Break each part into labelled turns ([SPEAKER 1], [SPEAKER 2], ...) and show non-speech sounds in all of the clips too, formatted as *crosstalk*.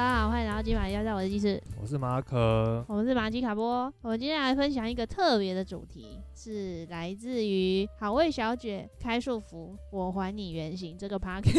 [SPEAKER 1] 嗨，要在我的记事，
[SPEAKER 2] 我是马可，
[SPEAKER 1] 我们是马吉卡波。我们今天来分享一个特别的主题，是来自于好味小姐开束缚，我还你原形这个 p a r k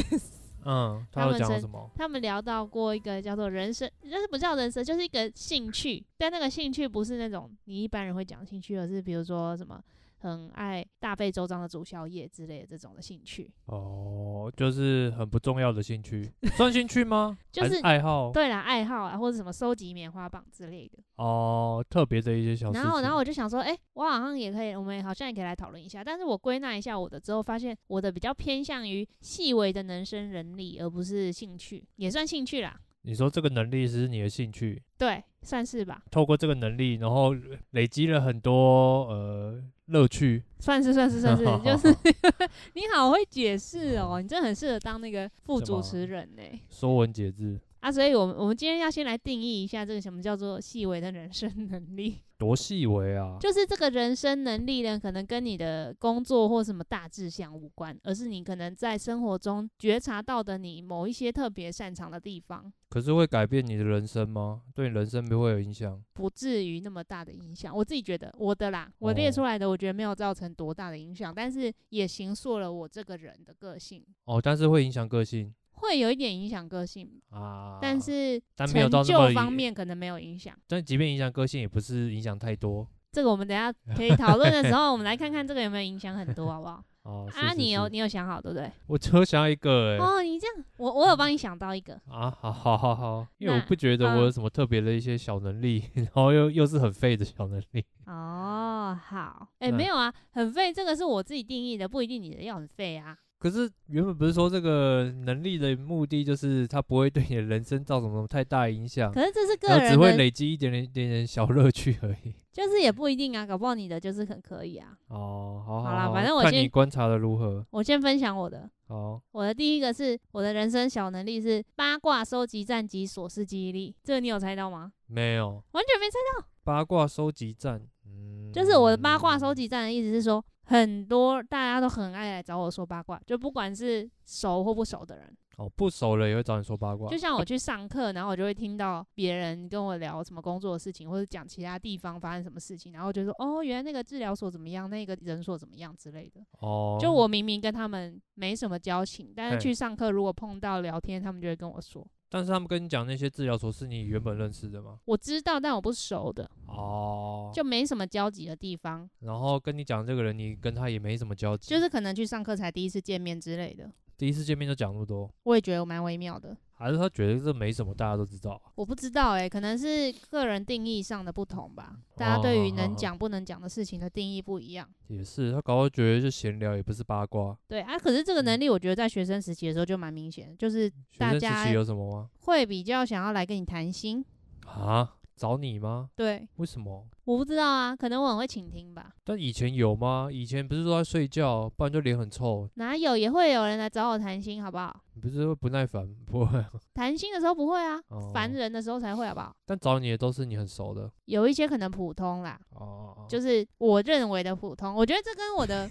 [SPEAKER 2] 嗯，
[SPEAKER 1] 他
[SPEAKER 2] 他有
[SPEAKER 1] 们
[SPEAKER 2] 讲
[SPEAKER 1] 真
[SPEAKER 2] 什么？
[SPEAKER 1] *laughs* 他们聊到过一个叫做人生，但是不叫人生，就是一个兴趣。但那个兴趣不是那种你一般人会讲兴趣，而是比如说什么很爱大费周章的煮宵夜之类的这种的兴趣。
[SPEAKER 2] 哦，就是很不重要的
[SPEAKER 1] *laughs*
[SPEAKER 2] 兴趣，算兴趣吗？
[SPEAKER 1] 就
[SPEAKER 2] 还
[SPEAKER 1] 是
[SPEAKER 2] 爱好
[SPEAKER 1] 对啦，爱好啊，或者什么收集棉花棒之类的。
[SPEAKER 2] 哦，特别的一些小事情。
[SPEAKER 1] 然后，然后我就想说，哎、我好像也可以，我们好像也可以来讨论一下。但是我归纳一下我的之后，发现我的比较偏向于细微的人生能力，而不是兴趣，也算兴趣啦，
[SPEAKER 2] 你说这个能力是你的兴趣，
[SPEAKER 1] 对，算是吧，
[SPEAKER 2] 透过这个能力，然后累积了很多呃乐趣，
[SPEAKER 1] 算是，算是，算是，就是
[SPEAKER 2] *laughs*
[SPEAKER 1] 你好会解释哦，你真的很适合当那个副
[SPEAKER 2] 什么
[SPEAKER 1] 主持人呢、
[SPEAKER 2] 说文解字，
[SPEAKER 1] 啊，所以我们我们今天要先来定义一下这个什么叫做细微的人生能力，
[SPEAKER 2] 多细微啊！
[SPEAKER 1] 就是这个人生能力呢，可能跟你的工作或什么大志向无关，而是你可能在生活中觉察到的你某一些特别擅长的地方，
[SPEAKER 2] 可是会改变你的人生吗？对你人生不会有影响？
[SPEAKER 1] 不至于那么大的影响。我自己觉得我的啦，我列
[SPEAKER 2] 哦
[SPEAKER 1] 出来的，我觉得没有造成多大的影响，但是也形塑了我这个人的个性，
[SPEAKER 2] 哦，但是会影响个性
[SPEAKER 1] 会有一点影响个性，
[SPEAKER 2] 啊。
[SPEAKER 1] 但，是
[SPEAKER 2] 但没有
[SPEAKER 1] 成
[SPEAKER 2] 到那么
[SPEAKER 1] 就
[SPEAKER 2] 影
[SPEAKER 1] 方面可能没有影响。
[SPEAKER 2] 但即便影响个性，也不是影响太多
[SPEAKER 1] 这个我们等一
[SPEAKER 2] *laughs*
[SPEAKER 1] 下可以讨论的时候，我们来看看这个有没有影响很多，好
[SPEAKER 2] *laughs*
[SPEAKER 1] 不好？
[SPEAKER 2] 哦。是
[SPEAKER 1] 啊，
[SPEAKER 2] 是
[SPEAKER 1] 你有
[SPEAKER 2] 是
[SPEAKER 1] 你有想好对不对？
[SPEAKER 2] 我只有想要一个哎、
[SPEAKER 1] 哦，你这样，我我有帮你想到一个，
[SPEAKER 2] 啊，好好好好，因为我
[SPEAKER 1] 那
[SPEAKER 2] 不觉得
[SPEAKER 1] 嗯
[SPEAKER 2] 我有什么特别的一些小能力， *laughs* 然后又又是很废的小能力。
[SPEAKER 1] 哦，好，哎、
[SPEAKER 2] 嗯
[SPEAKER 1] 没有啊，很废，这个是我自己定义的，不一定你的要很废啊。
[SPEAKER 2] 可是原本不是说这个能力的目的就是它不会对你的人生造成什么太大影响，
[SPEAKER 1] 可是这是个
[SPEAKER 2] 嗯然后只
[SPEAKER 1] 人
[SPEAKER 2] 会
[SPEAKER 1] 的，
[SPEAKER 2] 累积一点点点点小乐趣而已。
[SPEAKER 1] 就是也不一定啊，搞不好你的就是很可以啊。
[SPEAKER 2] 哦，好
[SPEAKER 1] 好
[SPEAKER 2] 好
[SPEAKER 1] 啦反正我
[SPEAKER 2] 看
[SPEAKER 1] 先
[SPEAKER 2] 你观察的如何。
[SPEAKER 1] 我先分享我的，
[SPEAKER 2] 好，
[SPEAKER 1] 我的第一个是我的人生小能力是八卦收集战及琐事记忆力，这个你有猜到吗？
[SPEAKER 2] 没有
[SPEAKER 1] 完全没猜到，
[SPEAKER 2] 八卦收集站，嗯，
[SPEAKER 1] 就是我的八卦收集站的意思是说，很多大家都很爱来找我说八卦，就不管是熟或不熟的人，
[SPEAKER 2] 哦，不熟了也会找你说八卦
[SPEAKER 1] 就，像我去上课，然后我就会听到别人跟我聊什么工作的事情，或者讲其他地方发生什么事情，然后就说哦，原来那个治疗所怎么样，那个诊所怎么样之类的。
[SPEAKER 2] 哦，
[SPEAKER 1] 就我明明跟他们没什么交情，但是
[SPEAKER 2] 嘿
[SPEAKER 1] 去上课如果碰到聊天，他们就会跟我说，
[SPEAKER 2] 但是他们跟你讲那些治疗所是你原本认识的吗？
[SPEAKER 1] 我知道，但我不熟的，
[SPEAKER 2] 哦，
[SPEAKER 1] 就没什么交集的地方，
[SPEAKER 2] 然后跟你讲这个人，你跟他也没什么交集，
[SPEAKER 1] 就是可能去上课才第一次见面之类的。
[SPEAKER 2] 第一次见面就讲那么多，
[SPEAKER 1] 我也觉得蛮微妙的。
[SPEAKER 2] 还是他觉得这没什么，大家都知道啊。
[SPEAKER 1] 我不知道哎、可能是个人定义上的不同吧。大
[SPEAKER 2] 哦
[SPEAKER 1] 家对于
[SPEAKER 2] 好好
[SPEAKER 1] 能
[SPEAKER 2] 好
[SPEAKER 1] 讲不能讲的事情的定义不一样。
[SPEAKER 2] 也是，他搞不好觉得就闲聊，也不是八卦。
[SPEAKER 1] 对啊，可是这个
[SPEAKER 2] 嗯
[SPEAKER 1] 能力，我觉得在学生时期的时候就蛮明显的，就是
[SPEAKER 2] 学
[SPEAKER 1] 大
[SPEAKER 2] 生时
[SPEAKER 1] 家
[SPEAKER 2] 期有什么吗？
[SPEAKER 1] 会比较想要来跟你谈心。
[SPEAKER 2] 啊，找你吗？
[SPEAKER 1] 对，
[SPEAKER 2] 为什么？
[SPEAKER 1] 我不知道啊，可能我很会倾听吧。
[SPEAKER 2] 但以前有吗？以前不是说他睡觉，不然就脸很臭，
[SPEAKER 1] 哪有也会有人来找我谈心，好不好？
[SPEAKER 2] 你不是会不耐烦？不会 *laughs* 啊。
[SPEAKER 1] 谈心的时候不会啊，
[SPEAKER 2] 哦
[SPEAKER 1] 烦人的时候才会，好不好？
[SPEAKER 2] 但找你的都是你很熟的。
[SPEAKER 1] 有一些可能普通啦，
[SPEAKER 2] 哦，
[SPEAKER 1] 就是我认为的普通。我觉得这跟我
[SPEAKER 2] *laughs*
[SPEAKER 1] 的，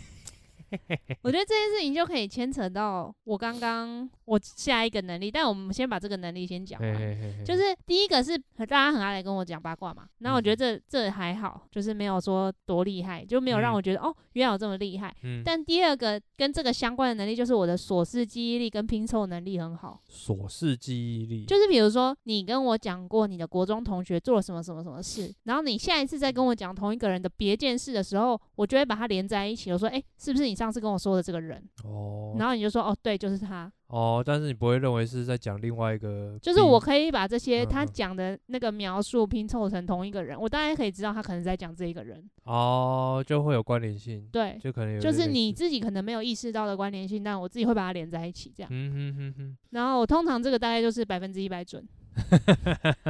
[SPEAKER 1] 我觉得这件事情就可以牵扯到我刚刚我下一个能力，但我们先把这个能力先讲
[SPEAKER 2] 嘿
[SPEAKER 1] 完。
[SPEAKER 2] 嘿嘿嘿，
[SPEAKER 1] 就是是第一个是很大家很爱来跟我讲八卦嘛，然后我觉得这这还好，就是没有说多厉害，就没有让
[SPEAKER 2] 嗯
[SPEAKER 1] 我觉得、哦原来我这么厉害。
[SPEAKER 2] 嗯，
[SPEAKER 1] 但第二个跟这个相关的能力就是我的琐事记忆力跟拼凑能力很好，
[SPEAKER 2] 琐事记忆力，
[SPEAKER 1] 就是比如说你跟我讲过你的国中同学做了什么什么什么事，然后你下一次再跟我讲同一个人的别件事的时候，我就会把它连在一起，我说诶，是不是你上次跟我说的这个人？
[SPEAKER 2] 哦
[SPEAKER 1] 然后你就说哦对，就是他，
[SPEAKER 2] 哦，但是你不会认为是在讲另外一个 B，
[SPEAKER 1] 就是我可以把这些
[SPEAKER 2] 嗯
[SPEAKER 1] 他
[SPEAKER 2] 嗯
[SPEAKER 1] 讲的那个描述拼凑成同一个人，我大概可以知道他可能在讲这一个人，
[SPEAKER 2] 哦，就会有关联性，
[SPEAKER 1] 对。
[SPEAKER 2] 就可能有
[SPEAKER 1] 就
[SPEAKER 2] 点
[SPEAKER 1] 是
[SPEAKER 2] 类
[SPEAKER 1] 你
[SPEAKER 2] 似，
[SPEAKER 1] 自己可能没有意识到的关联性，但我自己会把它连在一起，这样。
[SPEAKER 2] 嗯哼哼哼。
[SPEAKER 1] 然后我通常这个大概就是百分之一百
[SPEAKER 2] *laughs*
[SPEAKER 1] 准，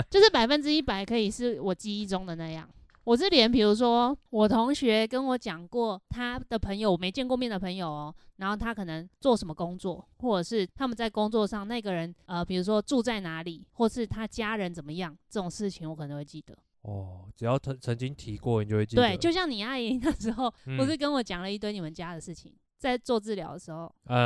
[SPEAKER 1] 就是百分之一百可以是我记忆中的那样。我是连，比如说我同学跟我讲过他的朋友，我没见过面的朋友哦，然后他可能做什么工作，或者是他们在工作上那个人，呃，比如说住在哪里，或是他家人怎么样，这种事情我可能会记得。
[SPEAKER 2] 哦，只要曾曾经提过，你就会记得。
[SPEAKER 1] 对，就像你阿姨那时候
[SPEAKER 2] 嗯
[SPEAKER 1] 不是跟我讲了一堆你们家的事情，在做治疗的时候，
[SPEAKER 2] 嗯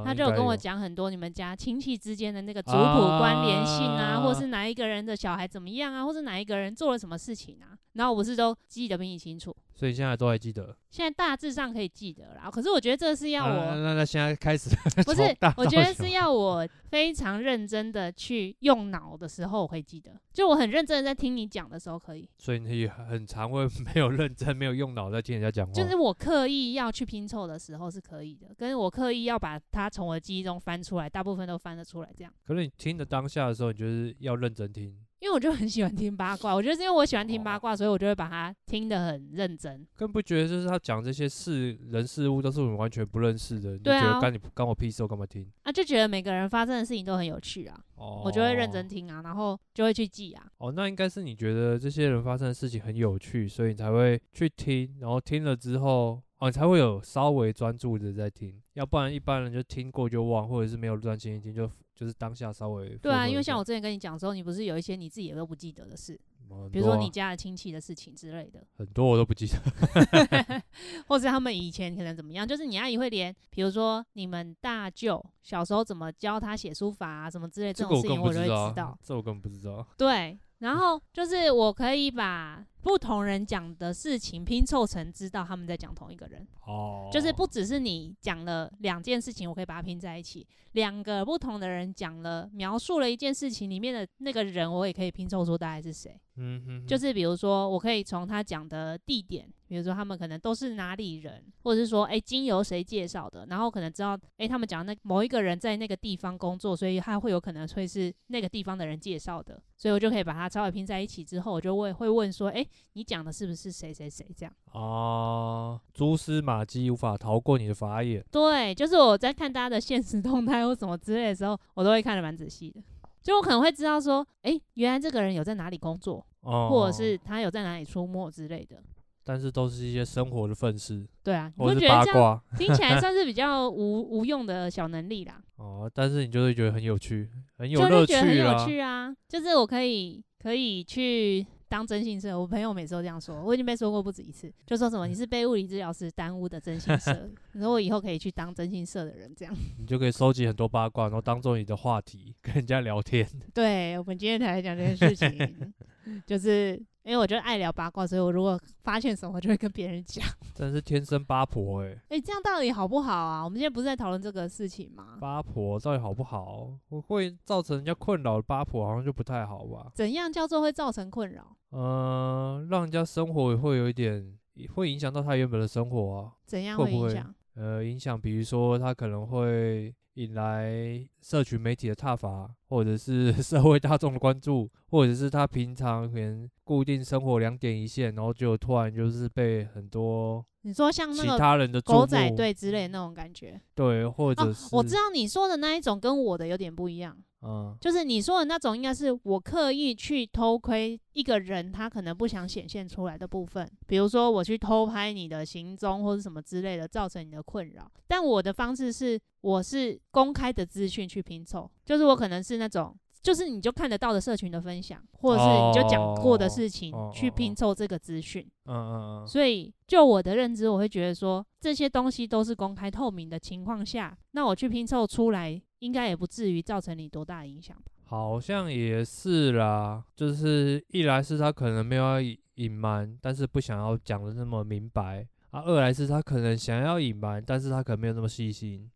[SPEAKER 2] 嗯，
[SPEAKER 1] 他
[SPEAKER 2] 应
[SPEAKER 1] 就有
[SPEAKER 2] 该
[SPEAKER 1] 跟我
[SPEAKER 2] 有，
[SPEAKER 1] 讲很多你们家亲戚之间的那个族谱关联性啊，或
[SPEAKER 2] 啊
[SPEAKER 1] 是哪一个人的小孩怎么样啊，或是哪一个人做了什么事情啊，然后我不是都记得比你清楚。
[SPEAKER 2] 所以现在都还记得。
[SPEAKER 1] 现在大致上可以记得啦，可是我觉得这是要
[SPEAKER 2] 啊
[SPEAKER 1] 我、
[SPEAKER 2] 那那那现在开始
[SPEAKER 1] *laughs* 不
[SPEAKER 2] 从
[SPEAKER 1] 是
[SPEAKER 2] 大，
[SPEAKER 1] 我
[SPEAKER 2] 到
[SPEAKER 1] 觉得
[SPEAKER 2] 小
[SPEAKER 1] 是要我非常认真的去用脑的时候，我会记得。就我很认真的在听你讲的时候，可以，
[SPEAKER 2] 所以你也很常会 *laughs* 没有认真、没有用脑在听人家讲话。
[SPEAKER 1] 就是我刻意要去拼凑的时候是可以的，跟我刻意要把它从我的记忆中翻出来，大部分都翻得出来这样。
[SPEAKER 2] 可是你听的当下的时候，你就是要认真听，
[SPEAKER 1] 因为我就很喜欢听八卦，我觉得是因为我喜欢听八
[SPEAKER 2] 哦
[SPEAKER 1] 卦，所以我就会把它听得很认真。
[SPEAKER 2] 更不觉得就是他讲这些事、人、事物都是我们完全不认识的，你就
[SPEAKER 1] 对
[SPEAKER 2] 觉
[SPEAKER 1] 啊
[SPEAKER 2] 得干你干我屁事，我干嘛听？
[SPEAKER 1] 啊，就觉得每个人发生的事情都很有趣啊，
[SPEAKER 2] 哦，
[SPEAKER 1] 我就会认真。听啊，然后就会去记啊。
[SPEAKER 2] 哦，那应该是你觉得这些人发生的事情很有趣，所以你才会去听，然后听了之后，哦，你才会有稍微专注的在听，要不然一般人就听过就忘，或者是没有专心一听就就是当下稍微。
[SPEAKER 1] 对啊，因为像我，之前跟你讲的时候，你不是有一些你自己也都不记得的事，
[SPEAKER 2] 嗯
[SPEAKER 1] 比如说
[SPEAKER 2] 很多啊
[SPEAKER 1] 你家的亲戚的事情之类的，
[SPEAKER 2] 很多我都不记得。 *laughs*
[SPEAKER 1] 或是他们以前可能怎么样，就是你阿姨会连，比如说你们大舅小时候怎么教他写书法啊什么之类
[SPEAKER 2] 这
[SPEAKER 1] 这
[SPEAKER 2] 个
[SPEAKER 1] 种
[SPEAKER 2] 我
[SPEAKER 1] 事
[SPEAKER 2] 更
[SPEAKER 1] 情，
[SPEAKER 2] 不
[SPEAKER 1] 我就
[SPEAKER 2] 知
[SPEAKER 1] 会
[SPEAKER 2] 道，
[SPEAKER 1] 知道。
[SPEAKER 2] 这我更不知道。
[SPEAKER 1] 对，然后就是我可以把不同人讲的事情拼凑成知道他们在讲同一个人，
[SPEAKER 2] 哦，
[SPEAKER 1] 就是不只是你讲了两件事情，我可以把它拼在一起，两个不同的人讲了描述了一件事情里面的那个人，我也可以拼凑出大概是谁。
[SPEAKER 2] 嗯，嗯哼，
[SPEAKER 1] 就是比如说，我可以从他讲的地点，比如说他们可能都是哪里人，或者是说，哎、经由谁介绍的，然后可能知道，哎、他们讲的那某一个人在那个地方工作，所以他会有可能会是那个地方的人介绍的，所以我就可以把它稍微拼在一起之后，我就会会问说，哎、你讲的是不是谁谁谁这样？
[SPEAKER 2] 啊，蛛丝马迹无法逃过你的法眼。
[SPEAKER 1] 对，就是我在看大家的现实动态或什么之类的时候，我都会看得蛮仔细的。就我可能会知道说，哎、原来这个人有在哪里工作，
[SPEAKER 2] 哦、
[SPEAKER 1] 或者是，他有在哪里出没之类的。
[SPEAKER 2] 但是都是一些生活的愤世，
[SPEAKER 1] 对啊，你
[SPEAKER 2] 或
[SPEAKER 1] 不
[SPEAKER 2] 者
[SPEAKER 1] 觉得
[SPEAKER 2] 是八
[SPEAKER 1] 这样
[SPEAKER 2] 卦。
[SPEAKER 1] 听起来算是比较无无用的小能力啦，
[SPEAKER 2] 哦，但是你就会觉得很有趣，很 *laughs* 有
[SPEAKER 1] 就
[SPEAKER 2] 乐
[SPEAKER 1] 是
[SPEAKER 2] 趣
[SPEAKER 1] 觉得很有
[SPEAKER 2] 啦。
[SPEAKER 1] 趣啊。就是我可以可以去当真性社，我朋友每次都这样说，我已经被说过不止一次，就说什
[SPEAKER 2] 嗯
[SPEAKER 1] 么你是被物理治疗师耽误的真性
[SPEAKER 2] *laughs*
[SPEAKER 1] 社，你说我以后可以去当真性社的人这样。
[SPEAKER 2] 你就可以收集很多八卦，然后当做你的话题跟人家聊天。
[SPEAKER 1] 对我们今天才来讲这件事情， *laughs* 就是因为我就爱聊八卦，所以我如果发现什么就会跟别人讲。
[SPEAKER 2] 真是天生八婆哎、
[SPEAKER 1] 诶，这样到底好不好啊？我们现在不是在讨论这个事情吗？
[SPEAKER 2] 八婆到底好不好？我会造成人家困扰的八婆好像就不太好吧？
[SPEAKER 1] 怎样叫做会造成困扰？
[SPEAKER 2] 嗯、让人家生活也会有一点，会影响到他原本的生活啊。
[SPEAKER 1] 怎样
[SPEAKER 2] 会
[SPEAKER 1] 会
[SPEAKER 2] 不
[SPEAKER 1] 影
[SPEAKER 2] 会
[SPEAKER 1] 响？
[SPEAKER 2] 呃，影响，比如说他可能会引来社群媒体的挞伐，或者是 *laughs* 社会大众的关注，或者是他平常可能固定生活两点一线，然后就突然就是被很多
[SPEAKER 1] 你说嗯像那
[SPEAKER 2] 其
[SPEAKER 1] 个
[SPEAKER 2] 他人的注
[SPEAKER 1] 狗仔
[SPEAKER 2] 目
[SPEAKER 1] 队之类的那种感觉。
[SPEAKER 2] 对，或者
[SPEAKER 1] 哦
[SPEAKER 2] 是、，
[SPEAKER 1] 我知道你说的那一种跟我的有点不一样，
[SPEAKER 2] 嗯，
[SPEAKER 1] 就是你说的那种应该是我刻意去偷窥一个人他可能不想显现出来的部分，比如说我去偷拍你的行踪或者什么之类的，造成你的困扰。但我的方式是，我是公开的资讯去拼凑，就是我可能是那种。就是你就看得到的社群的分享，或者是你就讲过的事情
[SPEAKER 2] 哦哦
[SPEAKER 1] 去
[SPEAKER 2] 哦
[SPEAKER 1] 拼凑这个资讯，
[SPEAKER 2] 嗯嗯嗯，
[SPEAKER 1] 所以，就我的认知，我会觉得说，这些东西都是公开透明的情况下，那我去拼凑出来，应该也不至于造成你多大影响吧？
[SPEAKER 2] 好像也是啦，就是一来是他可能没有要隐隐瞒，但是不想要讲的那么明白啊；二来是他可能想要隐瞒，但是他可能没有那么细
[SPEAKER 1] *laughs*
[SPEAKER 2] 心，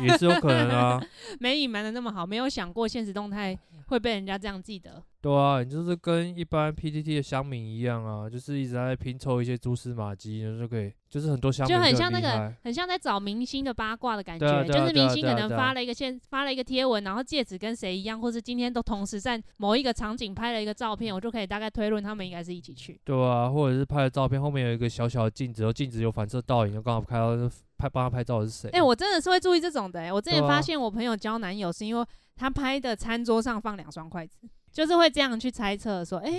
[SPEAKER 2] 也是有可能啊。
[SPEAKER 1] 没隐瞒的那么好，没有想过现实动
[SPEAKER 2] *laughs*
[SPEAKER 1] 态会被人家这样记得。
[SPEAKER 2] 对啊，你就是跟一般 PTT 的乡民一样啊，就是一直在拼凑一些蛛丝马迹，然后就可以，就是很多乡民
[SPEAKER 1] 就很
[SPEAKER 2] 很
[SPEAKER 1] 像那
[SPEAKER 2] 厉
[SPEAKER 1] 个
[SPEAKER 2] 害，
[SPEAKER 1] 很像在找明星的八卦的感觉，
[SPEAKER 2] 对啊对啊
[SPEAKER 1] 就是
[SPEAKER 2] 对啊
[SPEAKER 1] 明星
[SPEAKER 2] 对啊
[SPEAKER 1] 可能
[SPEAKER 2] 对啊
[SPEAKER 1] 发了一个现发了一个贴文，然后戒指跟谁一样，或是今天都同时在某一个场景拍了一个照
[SPEAKER 2] 嗯
[SPEAKER 1] 片，我就可以大概推论他们应该是一起去。
[SPEAKER 2] 对啊，或者是拍的照片后面有一个小小的镜子，然后镜子有反射倒影，就刚好拍到拍帮他拍照的是谁？
[SPEAKER 1] 哎、我真的是会注意这种的、欸。我之前
[SPEAKER 2] 对啊
[SPEAKER 1] 发现我朋友交男友是因为他拍的餐桌上放两双筷子，就是会这样去猜测说，哎、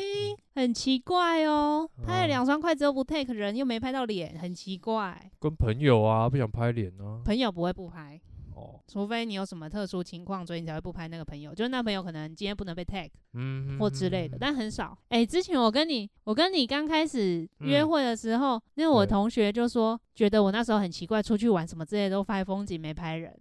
[SPEAKER 1] 很奇怪哦、拍了
[SPEAKER 2] 嗯
[SPEAKER 1] 两双筷子又不 take 人，又没拍到脸，很奇怪。
[SPEAKER 2] 跟朋友啊，不想拍脸啊。
[SPEAKER 1] 朋友不会不拍，
[SPEAKER 2] 哦，
[SPEAKER 1] 除非你有什么特殊情况，所以你才会不拍那个朋友。就是那朋友可能今天不能被 tag
[SPEAKER 2] 嗯，
[SPEAKER 1] 或之类的，
[SPEAKER 2] 嗯
[SPEAKER 1] 但很少。哎、之前我跟你，我跟你刚开始约
[SPEAKER 2] 嗯
[SPEAKER 1] 会的时候，那我
[SPEAKER 2] 对
[SPEAKER 1] 同学就说，觉得我那时候很奇怪，出去玩什么之类都拍风景没拍人。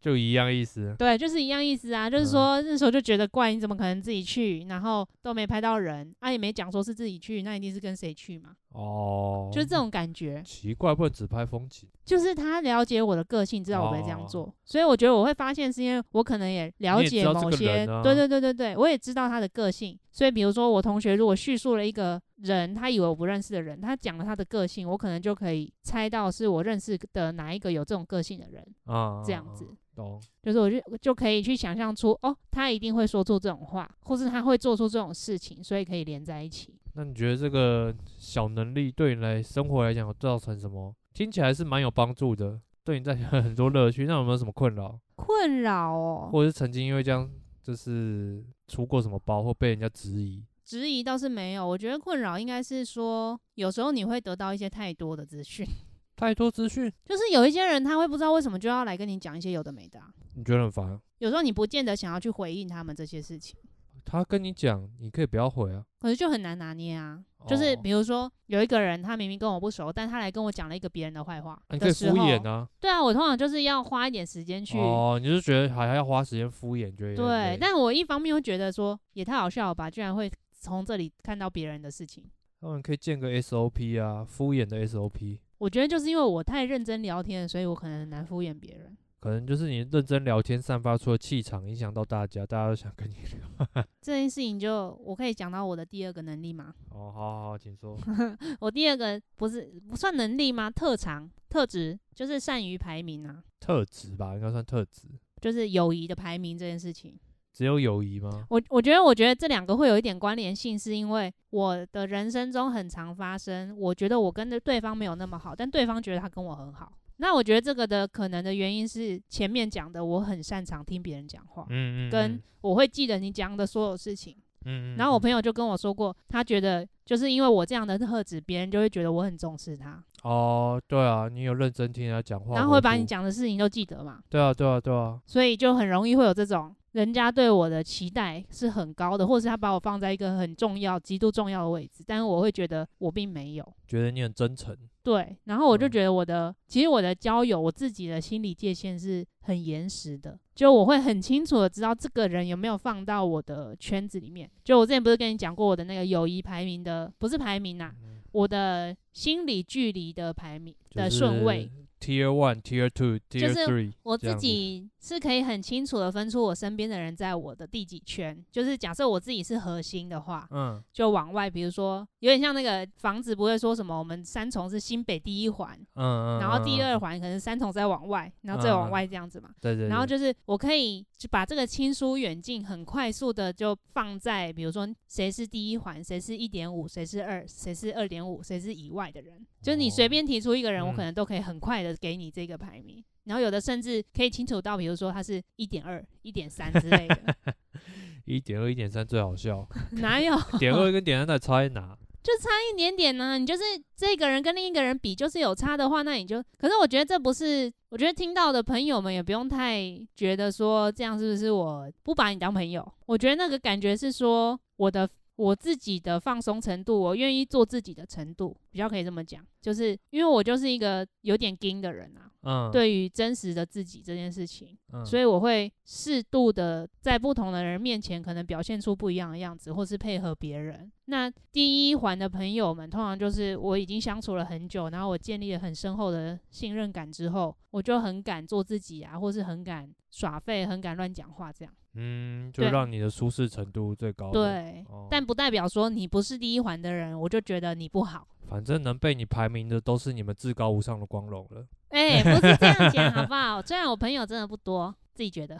[SPEAKER 2] 就一样意思。
[SPEAKER 1] 对，就是一样意思啊，就是
[SPEAKER 2] 嗯
[SPEAKER 1] 说、那时候就觉得怪，你怎么可能自己去，然后都没拍到人，啊也没讲说是自己去，那一定是跟谁去嘛，
[SPEAKER 2] 哦，
[SPEAKER 1] 就是这种感觉。
[SPEAKER 2] 奇怪，不能只拍风景。
[SPEAKER 1] 就是他了解我的个性，知道我不会这样
[SPEAKER 2] 哦
[SPEAKER 1] 做，所以我觉得我会发现是因为我可能也了
[SPEAKER 2] 你也
[SPEAKER 1] 解
[SPEAKER 2] 知道这
[SPEAKER 1] 某
[SPEAKER 2] 个
[SPEAKER 1] 些，
[SPEAKER 2] 人啊
[SPEAKER 1] 对对对对对，我也知道他的个性，所以比如说我同学如果叙述了一个人，他以为我不认识的人，他讲了他的个性，我可能就可以猜到是我认识的哪一个有这种个性的人，
[SPEAKER 2] 啊、
[SPEAKER 1] 这样
[SPEAKER 2] 啊
[SPEAKER 1] 子。
[SPEAKER 2] 懂。
[SPEAKER 1] 就是我就我就可以去想象出，哦，他一定会说出这种话，或是他会做出这种事情，所以可以连在一起。
[SPEAKER 2] 那你觉得这个小能力对你来生活来讲有造成什么？听起来是蛮有帮助的，对你带来很多乐趣。那有没有什么困扰，
[SPEAKER 1] 困扰哦，
[SPEAKER 2] 或者是曾经因为这样就是出过什么包，或被人家质疑？
[SPEAKER 1] 质疑倒是没有，我觉得困扰应该是说，有时候你会得到一些太多的资讯， *laughs*
[SPEAKER 2] 太多资讯，
[SPEAKER 1] 就是有一些人他会不知道为什么就要来跟你讲一些有的没的啊、
[SPEAKER 2] 你觉得很烦？
[SPEAKER 1] 有时候你不见得想要去回应他们这些事情，
[SPEAKER 2] 他跟你讲，你可以不要回啊。
[SPEAKER 1] 可是就很难拿捏啊。就是
[SPEAKER 2] 哦
[SPEAKER 1] 比如说有一个人他明明跟我不熟，但他来跟我讲了一个别人的坏话
[SPEAKER 2] 啊你可以
[SPEAKER 1] 的
[SPEAKER 2] 敷
[SPEAKER 1] 时候，
[SPEAKER 2] 衍啊。
[SPEAKER 1] 对啊，我通常就是要花一点时间去
[SPEAKER 2] 哦，你就觉得还要花时间敷衍，觉得有点
[SPEAKER 1] 对
[SPEAKER 2] 累，
[SPEAKER 1] 但我一方面又觉得说也太好笑了吧，居然会从这里看到别人的事情。
[SPEAKER 2] 他们可以建个 SOP 啊，敷衍的 SOP，
[SPEAKER 1] 我觉得就是因为我太认真聊天了，所以我可能很难敷衍别人。
[SPEAKER 2] 可能就是你认真聊天散发出的气场影响到大家，大家都想 *laughs* 跟你聊。
[SPEAKER 1] 这件事情就我可以讲到我的第二个能力吗？ *laughs*
[SPEAKER 2] 哦，好好，请说。
[SPEAKER 1] 嗯我第二个不是不算能力吗？特长、特质就是善于排名啊，
[SPEAKER 2] 特质吧，应该算特质。
[SPEAKER 1] 就是友谊的排名这件事情。
[SPEAKER 2] 只有友谊吗？
[SPEAKER 1] 我我觉得，我觉得这两个会有一点关联性，是因为我的人生中很常发生，我觉得我跟的对方没有那么好，但对方觉得他跟我很好。那我觉得这个的可能的原因是前面讲的，我很擅长听别人讲话，
[SPEAKER 2] 嗯
[SPEAKER 1] 跟我会记得你讲的所有事情。
[SPEAKER 2] 嗯
[SPEAKER 1] 然后我
[SPEAKER 2] 友
[SPEAKER 1] 朋友就跟我说过，他觉得就是因为我这样的特质，别人就会觉得我很重视他，
[SPEAKER 2] 哦，对啊，你有认真听人家讲话，
[SPEAKER 1] 然后会把
[SPEAKER 2] 回
[SPEAKER 1] 你
[SPEAKER 2] 复。
[SPEAKER 1] 讲的事情都记得嘛，
[SPEAKER 2] 对啊，对啊，对啊，
[SPEAKER 1] 所以就很容易会有这种人家对我的期待是很高的，或是他把我放在一个很重要、极度重要的位置，但是我会觉得我并没有。
[SPEAKER 2] 觉得你很真诚。
[SPEAKER 1] 对，然后我就
[SPEAKER 2] 嗯
[SPEAKER 1] 觉得我的，其实我的交友，我自己的心理界限是很严实的，就我会很清楚的知道这个人有没有放到我的圈子里面。就我之前不是跟你讲过我的那个友谊排名的，不是排名啊，
[SPEAKER 2] 嗯
[SPEAKER 1] 我的心理距离的排名
[SPEAKER 2] 就
[SPEAKER 1] 的顺位，
[SPEAKER 2] 是 Tier One、Tier Two、Tier
[SPEAKER 1] 是
[SPEAKER 2] Three，
[SPEAKER 1] 我
[SPEAKER 2] 这
[SPEAKER 1] 自
[SPEAKER 2] 样子
[SPEAKER 1] 己是可以很清楚的分出我身边的人在我的第几圈，就是假设我自己是核心的话，
[SPEAKER 2] 嗯，
[SPEAKER 1] 就往外，比如说有点像那个房子不会说什么，我们三重是新北第一环，
[SPEAKER 2] 嗯嗯，
[SPEAKER 1] 然后第
[SPEAKER 2] 嗯
[SPEAKER 1] 二
[SPEAKER 2] 嗯
[SPEAKER 1] 环可能三重再往外，然后再往
[SPEAKER 2] 嗯嗯
[SPEAKER 1] 外这样子嘛。
[SPEAKER 2] 对对，
[SPEAKER 1] 然后
[SPEAKER 2] 对
[SPEAKER 1] 就是我可以就把这个亲疏远近很快速的就放在，比如说谁是第一环，谁是一点五，谁是二，谁是二点五，谁是以外的人，就是你随
[SPEAKER 2] 哦
[SPEAKER 1] 便提出一个人，我可
[SPEAKER 2] 嗯
[SPEAKER 1] 能都可以很快的给你这个排名。然后有的甚至可以清楚到，比如说他是一点二、一点三之类的， *laughs*
[SPEAKER 2] 一点二、一点三最好笑，
[SPEAKER 1] 哪有
[SPEAKER 2] 点二跟点三在差在哪？
[SPEAKER 1] 就差一点点呢、你就是这个人跟另一个人比，就是有差的话，那你就……可是我觉得这不是，我觉得听到的朋友们也不用太觉得说这样是不是我不把你当朋友。我觉得那个感觉是说我的我自己的放松程度，我愿意做自己的程度，比较可以这么讲，就是因为我就是一个有点硬的人啊，
[SPEAKER 2] 嗯，
[SPEAKER 1] 对于真实的自己这件事情。
[SPEAKER 2] 嗯，
[SPEAKER 1] 所
[SPEAKER 2] 以
[SPEAKER 1] 以我会适度的在不同的人面前，可能表现出不一样的样子，或是配合别人。那第一环的朋友们，通常就是我已经相处了很久，然后我建立了很深厚的信任感之后，我就很敢做自己啊，或是很敢耍废，很敢乱讲话这样。
[SPEAKER 2] 嗯，就
[SPEAKER 1] 对
[SPEAKER 2] 让你的舒适程度最高。，
[SPEAKER 1] 对，
[SPEAKER 2] 哦
[SPEAKER 1] 但不代表说你不是第一环的人，我就觉得你不好。
[SPEAKER 2] 反正能被你排名的都是你们至高无上的光荣了。
[SPEAKER 1] 哎、不是这样讲好不好？ *laughs* 虽然我朋友真的不多，自己觉
[SPEAKER 2] *laughs*
[SPEAKER 1] 得，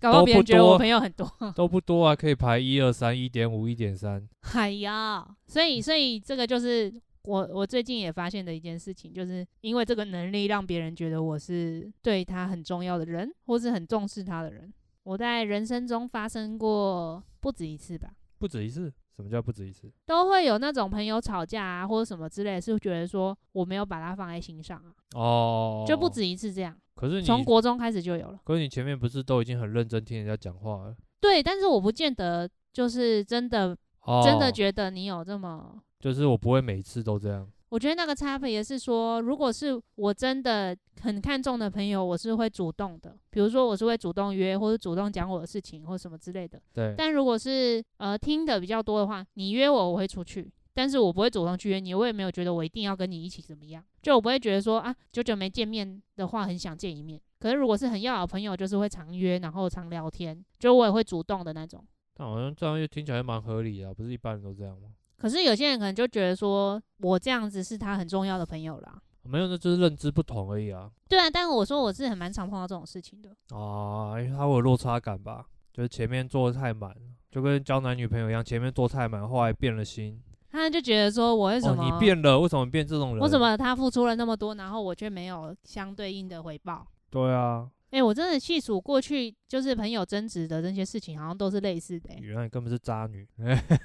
[SPEAKER 1] 搞不好
[SPEAKER 2] 都
[SPEAKER 1] 别人
[SPEAKER 2] 不
[SPEAKER 1] 觉得我
[SPEAKER 2] 多
[SPEAKER 1] 朋友很多。
[SPEAKER 2] *laughs* 都不多啊，可以排一二三、一点五、一点三。
[SPEAKER 1] 哎呀，所以所以这个就是我我最近也发现的一件事情，就是因为这个能力让别人觉得我是对他很重要的人，或是很重视他的人。我在人生中发生过不止一次吧，
[SPEAKER 2] 不止一次，什么叫不止一次？
[SPEAKER 1] 都会有那种朋友吵架啊，或者什么之类，是觉得说我没有把它放在心上啊，
[SPEAKER 2] 哦，
[SPEAKER 1] 就不。止一次这样，
[SPEAKER 2] 可是你
[SPEAKER 1] 从国中开始就有了。
[SPEAKER 2] 可是你前面不是都已经很认真听人家讲话了？
[SPEAKER 1] 对，但是我不见得就是真的
[SPEAKER 2] 哦，
[SPEAKER 1] 真的觉得你有这么。
[SPEAKER 2] 就是我不会每次都这样。
[SPEAKER 1] 我觉得那个差别也是说，如果是我真的很看重的朋友，我是会主动的，比如说我是会主动约，或者主动讲我的事情，或什么之类的。
[SPEAKER 2] 对，
[SPEAKER 1] 但如果是呃听的比较多的话，你约我我会出去，但是我不会主动去约你，我也没有觉得我一定要跟你一起怎么样，就我不会觉得说啊久久没见面的话很想见一面。可是如果是很要好的朋友，就是会常约，然后常聊天，就我也会主动的那种。
[SPEAKER 2] 但好像这样又听起来蛮合理的啊，不是一般人都这样吗？
[SPEAKER 1] 可是有些人可能就觉得说我这样子是他很重要的朋友啦。
[SPEAKER 2] 没有，那就是认知不同而已啊。
[SPEAKER 1] 对啊，但我说我是很蛮常碰到这种事情的。
[SPEAKER 2] 啊，因为他会有落差感吧，就是前面做的太满，就跟交男女朋友一样，前面做太满，后来变了心。
[SPEAKER 1] 他就觉得说我为什
[SPEAKER 2] 哦，
[SPEAKER 1] 么、
[SPEAKER 2] 你变了，为什么变这种人？
[SPEAKER 1] 我怎？么他付出了那么多，然后我却没有相对应的回报？
[SPEAKER 2] 对啊，
[SPEAKER 1] 哎、我真的细数过去，就是朋友争执的那些事情，好像都是类似的、欸。
[SPEAKER 2] 原来你根本是渣女。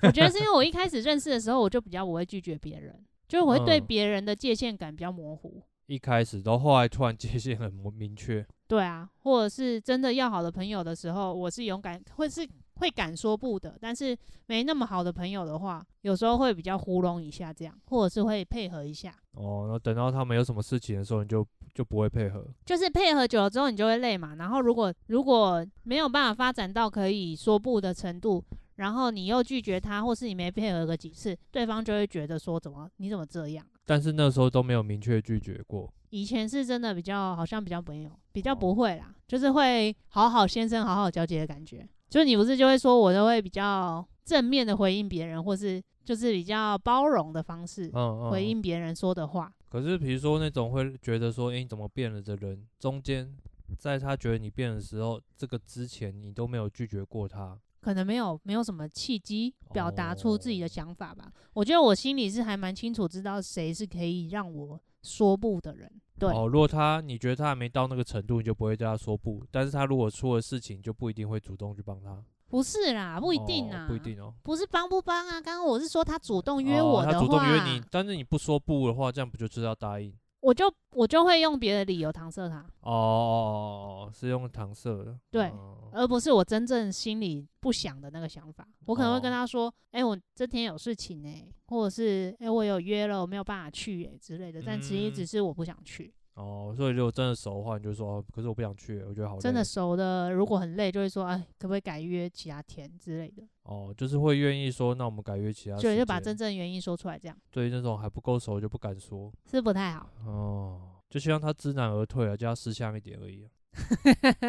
[SPEAKER 1] 我觉得是因为我一开始认识的时候，我就比较不会拒绝别人，就是我会对
[SPEAKER 2] 嗯
[SPEAKER 1] 别人的界限感比较模糊。
[SPEAKER 2] 一开始，然后后来突然 *laughs* 界限很模明确。
[SPEAKER 1] 对啊，或者是真的要好的朋友的时候，我是勇敢，会是会敢说不的。但是没那么好的朋友的话，有时候会比较糊弄一下这样，或者是会配合一下。
[SPEAKER 2] 哦，然后等到他们有什么事情的时候，你就就不会配合。
[SPEAKER 1] 就是配合久了之后，你就会累嘛。然后如果如果没有办法发展到可以说不的程度，然后你又拒绝他，或是你没配合个几次，对方就会觉得说怎么你怎么这样？
[SPEAKER 2] 但是那时候都没有明确拒绝过。
[SPEAKER 1] 以前是真的比较好像比较没有，比较
[SPEAKER 2] 哦
[SPEAKER 1] 不会啦，就是会好好先生好好交接的感觉。就你不是就会说我都会比较正面的回应别人，或是就是比较包容的方式
[SPEAKER 2] 嗯嗯。
[SPEAKER 1] 回
[SPEAKER 2] 嗯
[SPEAKER 1] 应别人说的话。
[SPEAKER 2] 可是比如说那种会觉得说，诶，你怎么变了的人，中间在他觉得你变的时候，这个之前你都没有拒绝过他。
[SPEAKER 1] 可能没有没有什么契机表达出自己的
[SPEAKER 2] 哦
[SPEAKER 1] 想法吧。我觉得我心里是还蛮清楚知道谁是可以让我说不的人。对，
[SPEAKER 2] 哦，如果他你觉得他还没到那个程度，你就不会对他说不。但是他如果出了事情，就不一定会主动去帮他。
[SPEAKER 1] 不是啦，不一
[SPEAKER 2] 哦
[SPEAKER 1] 定啊，
[SPEAKER 2] 不一，定哦。
[SPEAKER 1] 不是帮不帮啊。刚刚我是说他主动约
[SPEAKER 2] 哦
[SPEAKER 1] 我的话，
[SPEAKER 2] 他主动约你，但是你不说不的话，这样不就知道答应？
[SPEAKER 1] 我就我就会用别的理由搪塞他，
[SPEAKER 2] 哦哦哦哦，是用搪塞的。
[SPEAKER 1] 对
[SPEAKER 2] 哦
[SPEAKER 1] 而不是我真正心里不想的那个想法。我可能会
[SPEAKER 2] 哦
[SPEAKER 1] 跟他说：“哎、我这天有事情哎、或者是哎、我有约了，我没有办法去哎、之类的。”但其实
[SPEAKER 2] 嗯
[SPEAKER 1] 只是我不想去。
[SPEAKER 2] 哦，所以如果真的熟的话，你就说，哦可是我不想去，我觉得好累。
[SPEAKER 1] 真的熟的，如果很累，就会说，哎，可不可以改约其他天之类的，
[SPEAKER 2] 哦，就是会愿意说，那我们改约其他时
[SPEAKER 1] 就
[SPEAKER 2] 间。
[SPEAKER 1] 就把真正原因说出来，这样
[SPEAKER 2] 对于那种还不够熟就不敢说
[SPEAKER 1] 是不太好。
[SPEAKER 2] 哦，就希望他知难而退啊，叫他识相一点
[SPEAKER 1] *laughs*
[SPEAKER 2] 而已、啊，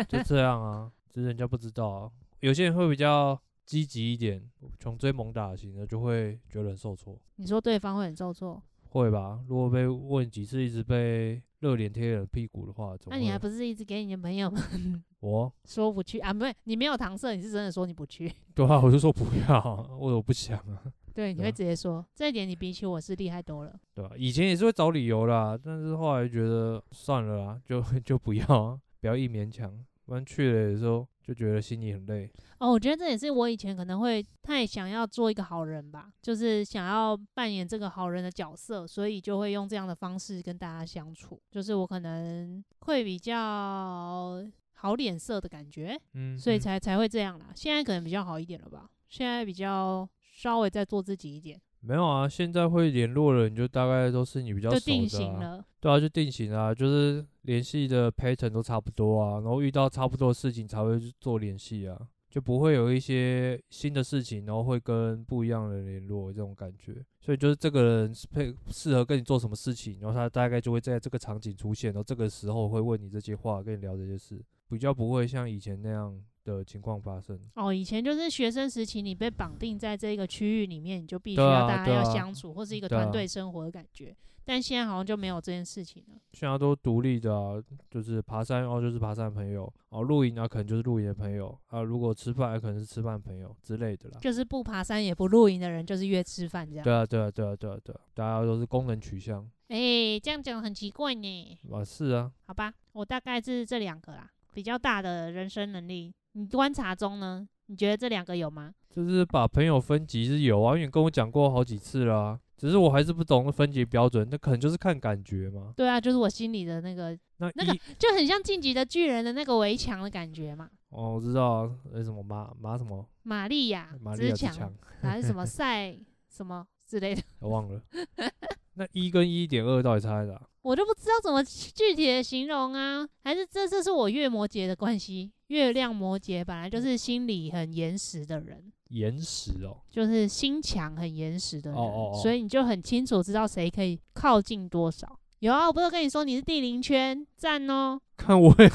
[SPEAKER 2] 就这样啊，只是人家不知道啊。有些人会比较积极一点，穷追猛打型的就会觉得很受挫，
[SPEAKER 1] 你说对方会很受挫，
[SPEAKER 2] 会吧？如果被问几次，一直被热脸贴冷屁股的话，怎
[SPEAKER 1] 那
[SPEAKER 2] 么会？
[SPEAKER 1] 你还不是一直给你的朋友们 *laughs*
[SPEAKER 2] 我？
[SPEAKER 1] 说不去啊？不对，你没有搪塞，你是真的说你不去，
[SPEAKER 2] 对啊，我就说不要啊，我我不想啊，
[SPEAKER 1] 对，你
[SPEAKER 2] 对啊
[SPEAKER 1] 会直接说，这一点你比起我是厉害多了。
[SPEAKER 2] 对吧、以前也是会找理由啦，但是后来觉得算了啦，就 *laughs* 就不要、啊，不要硬勉强，不然去了的时候就觉得心里很累。
[SPEAKER 1] 哦，我觉得这也是我以前可能会太想要做一个好人吧，就是想要扮演这个好人的角色，所以就会用这样的方式跟大家相处，就是我可能会比较好脸色的感觉。
[SPEAKER 2] 嗯，
[SPEAKER 1] 所以
[SPEAKER 2] 嗯
[SPEAKER 1] 才才会这样啦。现在可能比较好一点了吧，现在比较稍微再做自己一点，
[SPEAKER 2] 没有啊，现在会联络的人就大概都是你比较
[SPEAKER 1] 就
[SPEAKER 2] 熟的、啊，
[SPEAKER 1] 定型了。
[SPEAKER 2] 对啊，就定型啊，就是联系的 pattern 都差不多啊，然后遇到差不多的事情才会去做联系啊，就不会有一些新的事情，然后会跟不一样的人联络这种感觉。所以就是这个人是配适合跟你做什么事情，然后他大概就会在这个场景出现，然后这个时候会问你这些话，跟你聊这些事，比较不会像以前那样的情况发生。
[SPEAKER 1] 哦，以前就是学生时期，你被绑定在这个区域里面，你就必须
[SPEAKER 2] 对啊
[SPEAKER 1] 要大家
[SPEAKER 2] 对
[SPEAKER 1] 要
[SPEAKER 2] 啊
[SPEAKER 1] 相处，或是一个
[SPEAKER 2] 对啊
[SPEAKER 1] 团队生活的感觉。但现在好像就没有这件事情了。
[SPEAKER 2] 现在都独立的、啊，就是爬山哦，就是爬山的朋友哦，露营啊，可能就是露营的朋友啊，如果吃饭、啊、可能是吃饭的朋友之类的啦。
[SPEAKER 1] 就是不爬山也不露营的人，就是约吃饭这样。
[SPEAKER 2] 啊对啊，对啊，对啊，对啊，对啊，大家都是功能取向
[SPEAKER 1] 哎、这样讲很奇怪呢。
[SPEAKER 2] 啊，是啊，
[SPEAKER 1] 好吧，我大概是这两个啦，比较大的人生能力。你观察中呢，你觉得这两个有吗？
[SPEAKER 2] 就是把朋友分级是有啊，因为你跟我讲过好几次啦、只是我还是不懂分级标准，那可能就是看感觉嘛。
[SPEAKER 1] 对啊，就是我心里的那个，
[SPEAKER 2] 那一、
[SPEAKER 1] 那个就很像《晋级的巨人》的那个围墙的感觉嘛。
[SPEAKER 2] 哦，我知道啊，那什么马马什么
[SPEAKER 1] 玛利亚
[SPEAKER 2] 马里
[SPEAKER 1] 之
[SPEAKER 2] 哎亚之
[SPEAKER 1] 啊墙
[SPEAKER 2] 墙，
[SPEAKER 1] 还是什么赛什么之类的， *laughs*
[SPEAKER 2] 我忘了。 *laughs* 那一跟一点二到底差在哪？
[SPEAKER 1] 我就不知道怎么具体的形容啊。还是这这是我月摩羯的关系，月亮摩羯本来就是心里很严实的人，
[SPEAKER 2] 岩石哦，
[SPEAKER 1] 就是心墙很严实的人，
[SPEAKER 2] 哦哦哦
[SPEAKER 1] 所以你就很清楚知道谁可以靠近多少。有啊，我不是跟你说你是地灵圈，赞哦，
[SPEAKER 2] 看我也，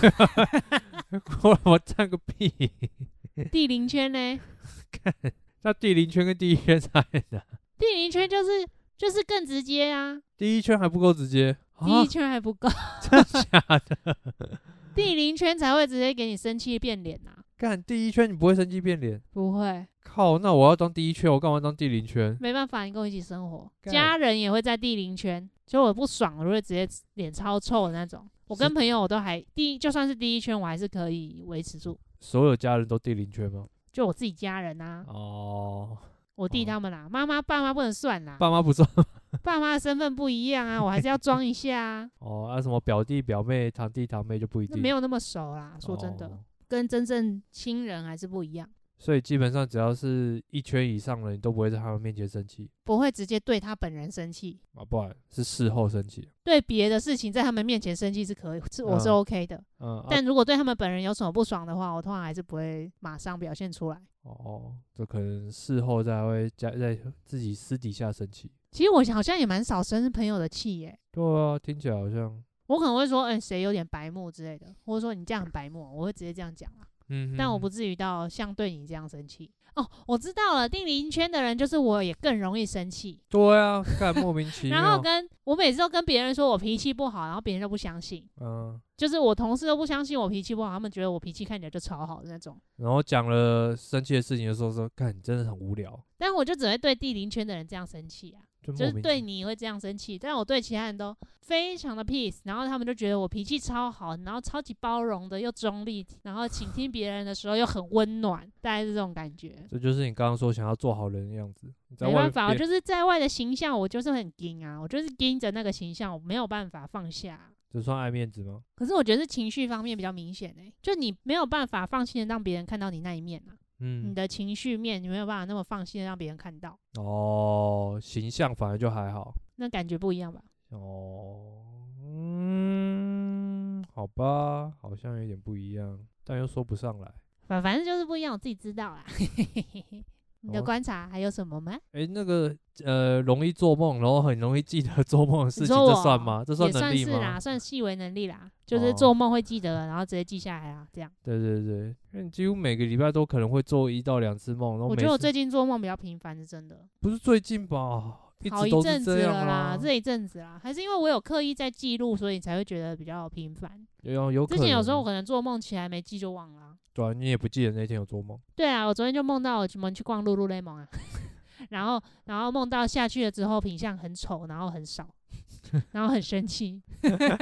[SPEAKER 2] 我我占个屁！
[SPEAKER 1] 地灵圈呢？
[SPEAKER 2] 那第零圈跟第一圈差在哪？
[SPEAKER 1] 地灵圈就是就是更直接啊，
[SPEAKER 2] 第一圈还不够直接啊？
[SPEAKER 1] 第一圈还
[SPEAKER 2] *laughs*
[SPEAKER 1] 不够，
[SPEAKER 2] 假的？
[SPEAKER 1] *laughs* 地灵圈才会直接给你生气变脸啊，
[SPEAKER 2] 干第一圈你不会生气变脸？
[SPEAKER 1] 不会。
[SPEAKER 2] 靠，那我要当第一圈，我干嘛当第零圈？
[SPEAKER 1] 没办法，你跟我一起生活，
[SPEAKER 2] 干
[SPEAKER 1] 家人也会在地灵圈，就我不爽，我就会直接脸超臭的那种。我跟
[SPEAKER 2] 是
[SPEAKER 1] 朋友我都还第一，就算是第一圈，我还是可以维持住。
[SPEAKER 2] 所有家人都第零圈吗？
[SPEAKER 1] 就我自己家人啊，
[SPEAKER 2] 哦，
[SPEAKER 1] 我弟
[SPEAKER 2] 哦
[SPEAKER 1] 他们啦，妈妈、爸妈不能算啦，
[SPEAKER 2] 爸妈不算
[SPEAKER 1] 爸妈的身份不一样啊，我还是要装一下
[SPEAKER 2] *laughs*
[SPEAKER 1] 啊，
[SPEAKER 2] *laughs* 哦，啊什么表弟表妹、堂弟堂妹就不一
[SPEAKER 1] 那
[SPEAKER 2] 定。
[SPEAKER 1] 没有那么熟啦，说真的，
[SPEAKER 2] 哦
[SPEAKER 1] 跟真正亲人还是不一样，
[SPEAKER 2] 所以基本上只要是一圈以上的，你都不会在他们面前生气
[SPEAKER 1] 不会直接对他本人生气，
[SPEAKER 2] 啊，不然是事后生气。
[SPEAKER 1] 对别的事情在他们面前生气是可以，是我是
[SPEAKER 2] 嗯
[SPEAKER 1] OK 的，
[SPEAKER 2] 嗯，啊、
[SPEAKER 1] 但如果对他们本人有什么不爽的话，我通常还是不会马上表现出来。
[SPEAKER 2] 哦，就可能事后再会加在自己私底下生气。
[SPEAKER 1] 其实我好像也蛮少生朋友的气耶、
[SPEAKER 2] 对啊，听起来好像，
[SPEAKER 1] 我可能会说，哎、谁有点白目之类的，或者说你这样很白目，哦我会直接这样讲啊。
[SPEAKER 2] 嗯，
[SPEAKER 1] 但我不，至于到像对你这样生气。哦，我知道了，定邻圈的人就是我也更容易生气，
[SPEAKER 2] 对啊，干莫名其
[SPEAKER 1] *laughs*
[SPEAKER 2] 妙。
[SPEAKER 1] 然后跟我每次都跟别人说我脾气不好，然后别人都不相信，
[SPEAKER 2] 嗯，
[SPEAKER 1] 就是我同事都不相信我脾气不好，他们觉得我脾气看起来就超好的那种。
[SPEAKER 2] 然后讲了生气的事情的时候说，干，你真的很无聊，
[SPEAKER 1] 但我就只会对地邻圈的人这样生气啊。
[SPEAKER 2] 就
[SPEAKER 1] 就
[SPEAKER 2] 莫
[SPEAKER 1] 是
[SPEAKER 2] 名
[SPEAKER 1] 对
[SPEAKER 2] 其
[SPEAKER 1] 你会这样生气，但我对其他人都非常的 peace，然后他们就觉得我脾气超好，然后超级包容的，又中立，然后倾听别人的时候又很温暖，大概是这种感觉。
[SPEAKER 2] 这就是你刚刚说想要做好人的样子。你在
[SPEAKER 1] 没
[SPEAKER 2] 外
[SPEAKER 1] 办法，我
[SPEAKER 2] 面
[SPEAKER 1] 就是在外的形象，我就是很盯啊，我就是盯着那个形象，我没有办法放下。
[SPEAKER 2] 这算爱面子吗？
[SPEAKER 1] 可是我觉得是情绪方面比较明显诶、欸就你没有办法放心的让别人看到你那一面啊，你
[SPEAKER 2] 嗯，
[SPEAKER 1] 的情绪面你没有办法那么放心的让别人看到，
[SPEAKER 2] 哦，形象反而就还好。
[SPEAKER 1] 那感觉不一样吧？
[SPEAKER 2] 哦，嗯，好吧，好像有点不一样，但又说不上来。
[SPEAKER 1] 反反正就是不一样，我自己知道啦。 *laughs* 你的
[SPEAKER 2] 好啊
[SPEAKER 1] 观察还有什么吗？
[SPEAKER 2] 诶，那个呃，容易做梦，然后很容易记得做梦的事
[SPEAKER 1] 你
[SPEAKER 2] 情，
[SPEAKER 1] 说
[SPEAKER 2] 这
[SPEAKER 1] 我啊
[SPEAKER 2] 算吗？这算
[SPEAKER 1] 也
[SPEAKER 2] 能
[SPEAKER 1] 算
[SPEAKER 2] 力
[SPEAKER 1] 是
[SPEAKER 2] 吗嗯
[SPEAKER 1] 啦，？算细微能力啦，就是
[SPEAKER 2] 哦
[SPEAKER 1] 做梦会记得，然后直接记下来啊，这样。
[SPEAKER 2] 对对对，因为几乎每个礼拜都可能会做一到两次梦，然后
[SPEAKER 1] 我
[SPEAKER 2] 每
[SPEAKER 1] 觉得我
[SPEAKER 2] 次
[SPEAKER 1] 最近做梦比较频繁，是真的，
[SPEAKER 2] 不是最近吧，一
[SPEAKER 1] 好
[SPEAKER 2] 直
[SPEAKER 1] 一
[SPEAKER 2] 都
[SPEAKER 1] 阵
[SPEAKER 2] 是
[SPEAKER 1] 子
[SPEAKER 2] 这样啊
[SPEAKER 1] 了啦，
[SPEAKER 2] 这
[SPEAKER 1] 这一阵子啦，还是因为我有刻意在记录，所以才会觉得比较频繁。
[SPEAKER 2] 有啊有可
[SPEAKER 1] 之
[SPEAKER 2] 能
[SPEAKER 1] 前有时候我可能做梦起来没记就忘了啊、
[SPEAKER 2] 对啊，你也不记得那天有做梦，
[SPEAKER 1] 对啊，我昨天就梦到我们去逛露露 lemon 啊， *laughs* 然后然后梦到下去了之后品相很丑，然后很少，然后很生气，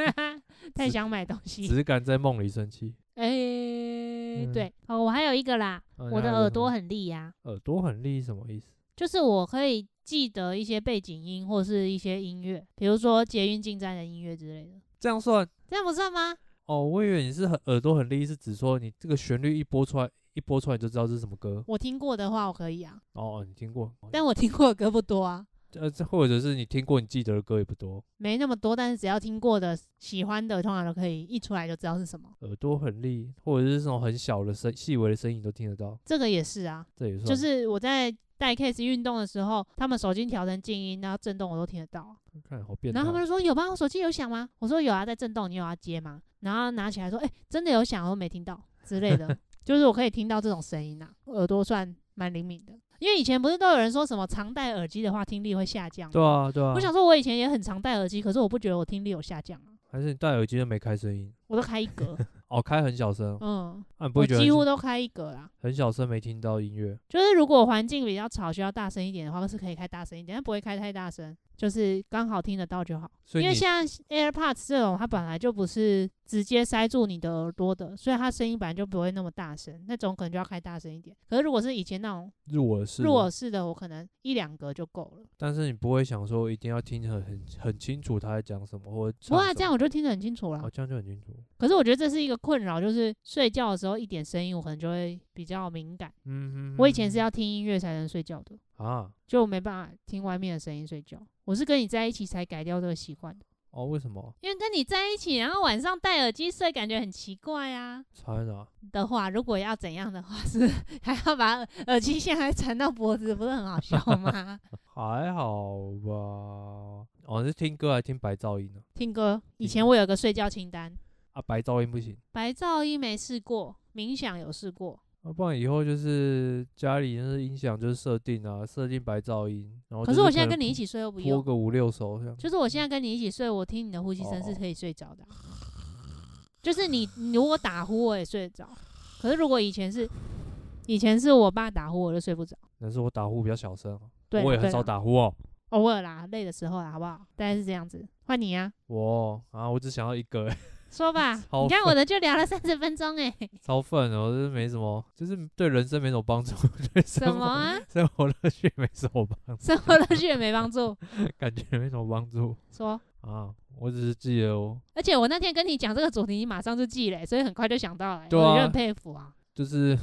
[SPEAKER 1] *laughs* 太想买东西。
[SPEAKER 2] 只敢在梦里生气。
[SPEAKER 1] 哎、
[SPEAKER 2] 嗯
[SPEAKER 1] 对哦，我还有一个啦，
[SPEAKER 2] 啊
[SPEAKER 1] 我的
[SPEAKER 2] 那还有
[SPEAKER 1] 耳
[SPEAKER 2] 什么
[SPEAKER 1] 朵很利呀、
[SPEAKER 2] 耳朵很利什么意思？
[SPEAKER 1] 就是我可以记得一些背景音或是一些音乐，比如说捷运进站的音乐之类的，
[SPEAKER 2] 这样算
[SPEAKER 1] 这样不算吗？
[SPEAKER 2] 哦？我以为你是很耳朵很利，是指说你这个旋律一播出来，一播出来你就知道这是什么歌。
[SPEAKER 1] 我听过的话，我可以啊，
[SPEAKER 2] 哦，哦你听过？哦
[SPEAKER 1] 但我听过的歌不多啊，
[SPEAKER 2] 呃，这或者是你听过你记得的歌也不多。
[SPEAKER 1] 没那么多，但是只要听过的、喜欢的，通常都可以一出来就知道是什么。
[SPEAKER 2] 耳朵很利，或者是那种很小的声、细微的声音你都听得到，
[SPEAKER 1] 这个也是啊，
[SPEAKER 2] 这也算。
[SPEAKER 1] 就是我在带 case 运动的时候，他们手机调成静音，然后震动我都听得到啊。
[SPEAKER 2] 看好变态。哦
[SPEAKER 1] 然后他们就说有吗？我手机有响吗？我说有啊，在震动，你有要接吗？然后拿起来说，哎、真的有响，我说没听到之类
[SPEAKER 2] *laughs*
[SPEAKER 1] 的，就是我可以听到这种声音啊，我耳朵算蛮灵敏的。因为以前不是都有人说什么常戴耳机的话听力会下降吗？
[SPEAKER 2] 对啊，对啊。
[SPEAKER 1] 嗯我想说我以前也很常戴耳机，可是我不觉得我听力有下降啊，
[SPEAKER 2] 还是你戴耳机都没开声音，
[SPEAKER 1] 我都开一
[SPEAKER 2] *laughs*
[SPEAKER 1] 格，
[SPEAKER 2] 哦，开很小声，
[SPEAKER 1] 嗯，
[SPEAKER 2] 啊，你不
[SPEAKER 1] 我
[SPEAKER 2] 会觉得
[SPEAKER 1] 几乎
[SPEAKER 2] 很
[SPEAKER 1] 都开一格啦。
[SPEAKER 2] 很小声没听到音乐？
[SPEAKER 1] 就是如果环境比较吵，需要大声一点的话，是可以开大声一点，但不会开太大声。就是刚好听得到就好。
[SPEAKER 2] 所以
[SPEAKER 1] 因为
[SPEAKER 2] 你
[SPEAKER 1] 现在 AirPods 这种它本来就不是直接塞住你的耳朵的，所以它声音本来就不会那么大声，那种可能就要开大声一点。可是如果是以前那种
[SPEAKER 2] 入耳式的，
[SPEAKER 1] 入耳式的，我可能一两格就够了。
[SPEAKER 2] 但是你不会想说一定要听很很很清楚他在讲什么，或者
[SPEAKER 1] 不
[SPEAKER 2] 唱
[SPEAKER 1] 过啊
[SPEAKER 2] 什
[SPEAKER 1] 这样
[SPEAKER 2] 么
[SPEAKER 1] 我就听得很清楚了
[SPEAKER 2] 哦，。这样就很清楚。
[SPEAKER 1] 可是我觉得这是一个困扰，就是睡觉的时候一点声音我可能就会比较敏感。
[SPEAKER 2] 嗯，
[SPEAKER 1] 我以前是
[SPEAKER 2] 嗯
[SPEAKER 1] 要听音乐才能睡觉的，
[SPEAKER 2] 啊，
[SPEAKER 1] 就没办法听外面的声音睡觉。我是跟你在一起才改掉这个习惯的，
[SPEAKER 2] 哦，为什么？
[SPEAKER 1] 因为跟你在一起，然后晚上戴耳机睡，感觉很奇怪啊。
[SPEAKER 2] 差在哪？
[SPEAKER 1] 的话，如果要怎样的话，是 *laughs* 还要把耳耳机线还缠到脖子，不是很好笑吗？ *laughs*
[SPEAKER 2] 还好吧。哦，是听歌还是听白噪音呢、
[SPEAKER 1] 听歌，以前我有个睡觉清单，
[SPEAKER 2] 啊？白噪音不行。
[SPEAKER 1] 白噪音没试过，冥想有试过，
[SPEAKER 2] 啊，不然以后就是家里那音响就是设定啊，设定白噪音，然后
[SPEAKER 1] 可
[SPEAKER 2] 哦就是
[SPEAKER 1] 我现在
[SPEAKER 2] 能
[SPEAKER 1] 跟你一起睡又不
[SPEAKER 2] 播播
[SPEAKER 1] 用，
[SPEAKER 2] 个五六首这样。
[SPEAKER 1] 就是我现在跟你一起睡，我听你的呼吸声
[SPEAKER 2] 哦
[SPEAKER 1] 是可以睡着的啊、就是你你如果打呼我也睡得着，可是如果以前是以前是我爸打呼我就睡不着，
[SPEAKER 2] 但是我打呼比较小声、哦，
[SPEAKER 1] 对
[SPEAKER 2] 我也
[SPEAKER 1] 啦对
[SPEAKER 2] 很
[SPEAKER 1] 啊
[SPEAKER 2] 少
[SPEAKER 1] 啦
[SPEAKER 2] 打呼哦。
[SPEAKER 1] 偶尔啦，累的时候啦，好不好？大概是这样子，换你啊，
[SPEAKER 2] 我啊，我只想要一个、欸，
[SPEAKER 1] 说吧，
[SPEAKER 2] *laughs* 超
[SPEAKER 1] 你看我的就聊了三十分钟哎、
[SPEAKER 2] *laughs* 超愤的，我就是没什么，就是对人生没什么帮助， *laughs* 对生
[SPEAKER 1] 什
[SPEAKER 2] 活
[SPEAKER 1] 么啊？
[SPEAKER 2] 生活乐趣没什么帮，
[SPEAKER 1] 生活乐趣也没帮助。
[SPEAKER 2] 感觉没什么帮助
[SPEAKER 1] 说，
[SPEAKER 2] 啊。我只是记得我，
[SPEAKER 1] 而且我那天跟你讲这个主题，你马上就记嘞、所以很快就想到了、
[SPEAKER 2] 对
[SPEAKER 1] 我
[SPEAKER 2] 啊
[SPEAKER 1] 就很佩服啊。
[SPEAKER 2] 就是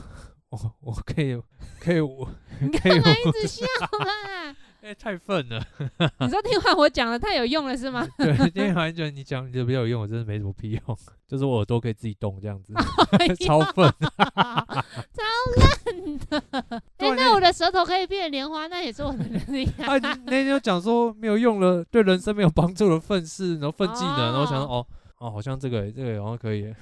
[SPEAKER 2] 我我可以可以 *laughs* 我
[SPEAKER 1] 你
[SPEAKER 2] 可以
[SPEAKER 1] 干嘛一直笑啦？
[SPEAKER 2] 哎、太愤了，
[SPEAKER 1] 你说听完我讲的太有用了是
[SPEAKER 2] *laughs*
[SPEAKER 1] 吗？
[SPEAKER 2] 对，今天好像觉得你讲你的比较有用，我真的没什么屁用， *laughs* 就是我耳朵可以自己动这样子，超愤。
[SPEAKER 1] 哎、
[SPEAKER 2] 对
[SPEAKER 1] 那我的舌头可以变莲花，那也是我的能力
[SPEAKER 2] *laughs*
[SPEAKER 1] 啊。
[SPEAKER 2] 啊，你那天就讲说没有用了，对人生没有帮助的愤世，然后愤技能，然后想说哦哦，好像这个这个好像可
[SPEAKER 1] *laughs*
[SPEAKER 2] 以，
[SPEAKER 1] 啊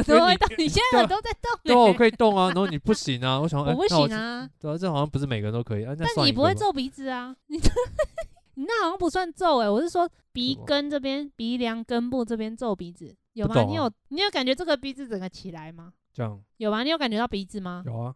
[SPEAKER 2] *laughs*
[SPEAKER 1] 怎么
[SPEAKER 2] 因为
[SPEAKER 1] 会
[SPEAKER 2] 你
[SPEAKER 1] 动？你现在耳朵在动、
[SPEAKER 2] 对啊，我
[SPEAKER 1] 欸？
[SPEAKER 2] 可以动啊，然后你不行啊，我想
[SPEAKER 1] *laughs* 我
[SPEAKER 2] 哎，
[SPEAKER 1] 不
[SPEAKER 2] 那我
[SPEAKER 1] 行啊，
[SPEAKER 2] 对啊，这好像不是每个人都可以啊。那
[SPEAKER 1] 但
[SPEAKER 2] 算
[SPEAKER 1] 你
[SPEAKER 2] 一
[SPEAKER 1] 不
[SPEAKER 2] 个
[SPEAKER 1] 会
[SPEAKER 2] 吧
[SPEAKER 1] 皱鼻子啊？你 *laughs* 你那好像不算皱哎、我是说鼻
[SPEAKER 2] 什么
[SPEAKER 1] 根这边、鼻梁根部这边皱鼻子有
[SPEAKER 2] 不
[SPEAKER 1] 吗？
[SPEAKER 2] 懂
[SPEAKER 1] 你
[SPEAKER 2] 啊
[SPEAKER 1] 有你有感觉这个鼻子整个起来吗？
[SPEAKER 2] 这样
[SPEAKER 1] 有吗？你有感觉到鼻子吗？*laughs*
[SPEAKER 2] 有啊？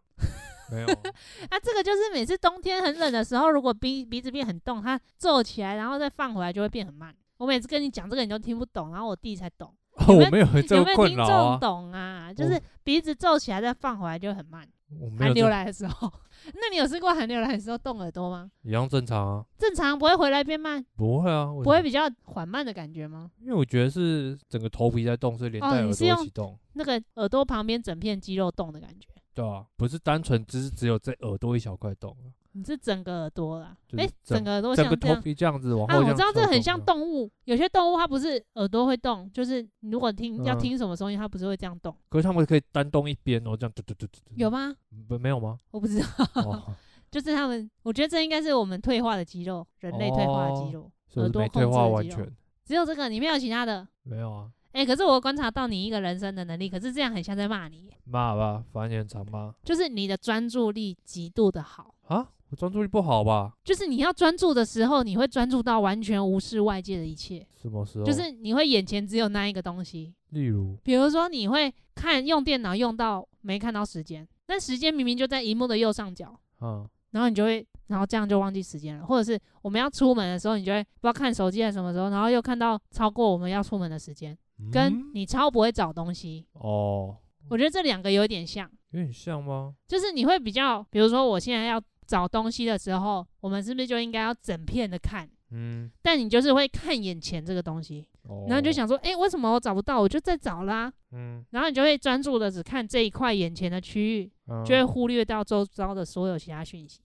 [SPEAKER 2] 没有，
[SPEAKER 1] 啊，这个就是每次冬天很冷的时候，如果鼻鼻子变很冻，它皱起来，然后再放回来就会变很慢。我每次跟你讲这个，你都听不懂，然后我弟才懂。有没有
[SPEAKER 2] 哦我没有这
[SPEAKER 1] 有
[SPEAKER 2] 个
[SPEAKER 1] 没有
[SPEAKER 2] 困
[SPEAKER 1] 听
[SPEAKER 2] 扰
[SPEAKER 1] 众
[SPEAKER 2] 啊，
[SPEAKER 1] 懂啊？就
[SPEAKER 2] 我
[SPEAKER 1] 是鼻子皱起来再放回来就很慢。
[SPEAKER 2] 我没
[SPEAKER 1] 寒
[SPEAKER 2] 有
[SPEAKER 1] 流
[SPEAKER 2] 这
[SPEAKER 1] 来的时候， *laughs* 那你有试过寒流来的时候动耳朵吗？
[SPEAKER 2] 一样正常啊，
[SPEAKER 1] 正常不会回来变慢，
[SPEAKER 2] 不会啊，为
[SPEAKER 1] 不
[SPEAKER 2] 什
[SPEAKER 1] 会
[SPEAKER 2] 么，
[SPEAKER 1] 比较缓慢的感觉吗？
[SPEAKER 2] 因为我觉得是整个头皮在动，所以连
[SPEAKER 1] 哦
[SPEAKER 2] 带
[SPEAKER 1] 你
[SPEAKER 2] 耳
[SPEAKER 1] 是
[SPEAKER 2] 朵一
[SPEAKER 1] 用
[SPEAKER 2] 起动，
[SPEAKER 1] 那个耳朵旁边整片肌肉动的感觉，
[SPEAKER 2] 对啊，不是单纯只是只有这耳朵一小块动啊，
[SPEAKER 1] 你是整个耳朵啦？
[SPEAKER 2] 就是
[SPEAKER 1] 诶，整个耳朵
[SPEAKER 2] 整个
[SPEAKER 1] 像这
[SPEAKER 2] 头
[SPEAKER 1] 样。
[SPEAKER 2] 皮这样子往
[SPEAKER 1] 啊，
[SPEAKER 2] 后
[SPEAKER 1] 我
[SPEAKER 2] 样
[SPEAKER 1] 知道这
[SPEAKER 2] 抽
[SPEAKER 1] 个很
[SPEAKER 2] 动
[SPEAKER 1] 像
[SPEAKER 2] 的
[SPEAKER 1] 动物，有些动物它不是耳朵会动，就是你如果听要
[SPEAKER 2] 嗯
[SPEAKER 1] 听什么东西，它不是会这样动，
[SPEAKER 2] 可是他们可以单动一边，哦然后这样嘟嘟嘟嘟嘟。
[SPEAKER 1] 有吗？
[SPEAKER 2] 不没
[SPEAKER 1] *laughs*
[SPEAKER 2] 有吗？
[SPEAKER 1] 我不知道， *laughs*
[SPEAKER 2] 哦，
[SPEAKER 1] 就是他们，我觉得这应该是我们退化的肌肉，人类退化的肌
[SPEAKER 2] 哦
[SPEAKER 1] 肉，
[SPEAKER 2] 所以
[SPEAKER 1] 耳
[SPEAKER 2] 是
[SPEAKER 1] 朵
[SPEAKER 2] 没
[SPEAKER 1] 控
[SPEAKER 2] 退
[SPEAKER 1] 制
[SPEAKER 2] 化
[SPEAKER 1] 的
[SPEAKER 2] 完
[SPEAKER 1] 肌肉
[SPEAKER 2] 全，
[SPEAKER 1] 只有这个，你没有其他的。
[SPEAKER 2] 没有啊，
[SPEAKER 1] 哎、可是我观察到你一个人生的能力，可是这样很像在骂你耶，
[SPEAKER 2] 骂吧，反正也很常骂
[SPEAKER 1] 就是你的专注力极度的好，
[SPEAKER 2] 啊。我专注力不好吧？
[SPEAKER 1] 就是你要专注的时候，你会专注到完全无视外界的一切，
[SPEAKER 2] 什么时候？
[SPEAKER 1] 就是你会眼前只有那一个东西，
[SPEAKER 2] 例如，
[SPEAKER 1] 比如说你会看用电脑用到没看到时间，但时间明明就在荧幕的右上角，
[SPEAKER 2] 嗯，
[SPEAKER 1] 然后你就会，然后这样就忘记时间了，或者是我们要出门的时候，你就会不知道看手机还是什么时候，然后又看到超过我们要出门的时间，跟
[SPEAKER 2] 嗯
[SPEAKER 1] 你超不会找东西，
[SPEAKER 2] 哦，
[SPEAKER 1] 我觉得这两个有点像，
[SPEAKER 2] 有点像吗？
[SPEAKER 1] 就是你会比较，比如说我现在要找东西的时候，我们是不是就应该要整片的看？
[SPEAKER 2] 嗯，
[SPEAKER 1] 但你就是会看眼前这个东西，
[SPEAKER 2] 哦，
[SPEAKER 1] 然后你就，想说，诶，为什么我找不到？我就在找啦。
[SPEAKER 2] 嗯，
[SPEAKER 1] 然后你就会专注的只看这一块眼前的区域，
[SPEAKER 2] 嗯
[SPEAKER 1] 就会忽略到周遭的所有其他讯息。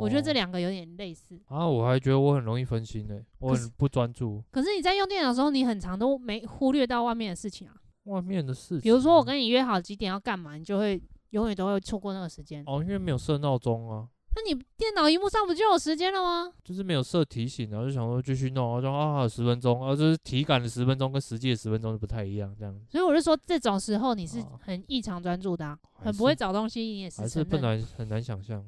[SPEAKER 1] 我觉得这
[SPEAKER 2] 哦
[SPEAKER 1] 两个有点类似。
[SPEAKER 2] 啊，我还觉得我很容易分心呢，我
[SPEAKER 1] 可是
[SPEAKER 2] 很不专注
[SPEAKER 1] 可是你在用电脑的时候，你很常都没忽略到外面的事情啊。
[SPEAKER 2] 外面的事情。
[SPEAKER 1] 比如说我跟你约好几点要干嘛，你就会永远都会错过那个时间。
[SPEAKER 2] 哦，因为没有设闹钟啊，
[SPEAKER 1] 那你电脑荧幕上不就有时间了吗？
[SPEAKER 2] 就是没有设提醒，然后就想说继续弄，然后就啊十分钟，啊就是体感的十分钟跟实际的十分钟就不太一样，这样
[SPEAKER 1] 所以我就说，这种时候你是
[SPEAKER 2] 哦
[SPEAKER 1] 很异常专注的啊、
[SPEAKER 2] 还
[SPEAKER 1] 很
[SPEAKER 2] 是
[SPEAKER 1] 不会找东西，你也是
[SPEAKER 2] 还是
[SPEAKER 1] 承
[SPEAKER 2] 不
[SPEAKER 1] 认的。
[SPEAKER 2] 难很难想
[SPEAKER 1] *laughs*
[SPEAKER 2] 象。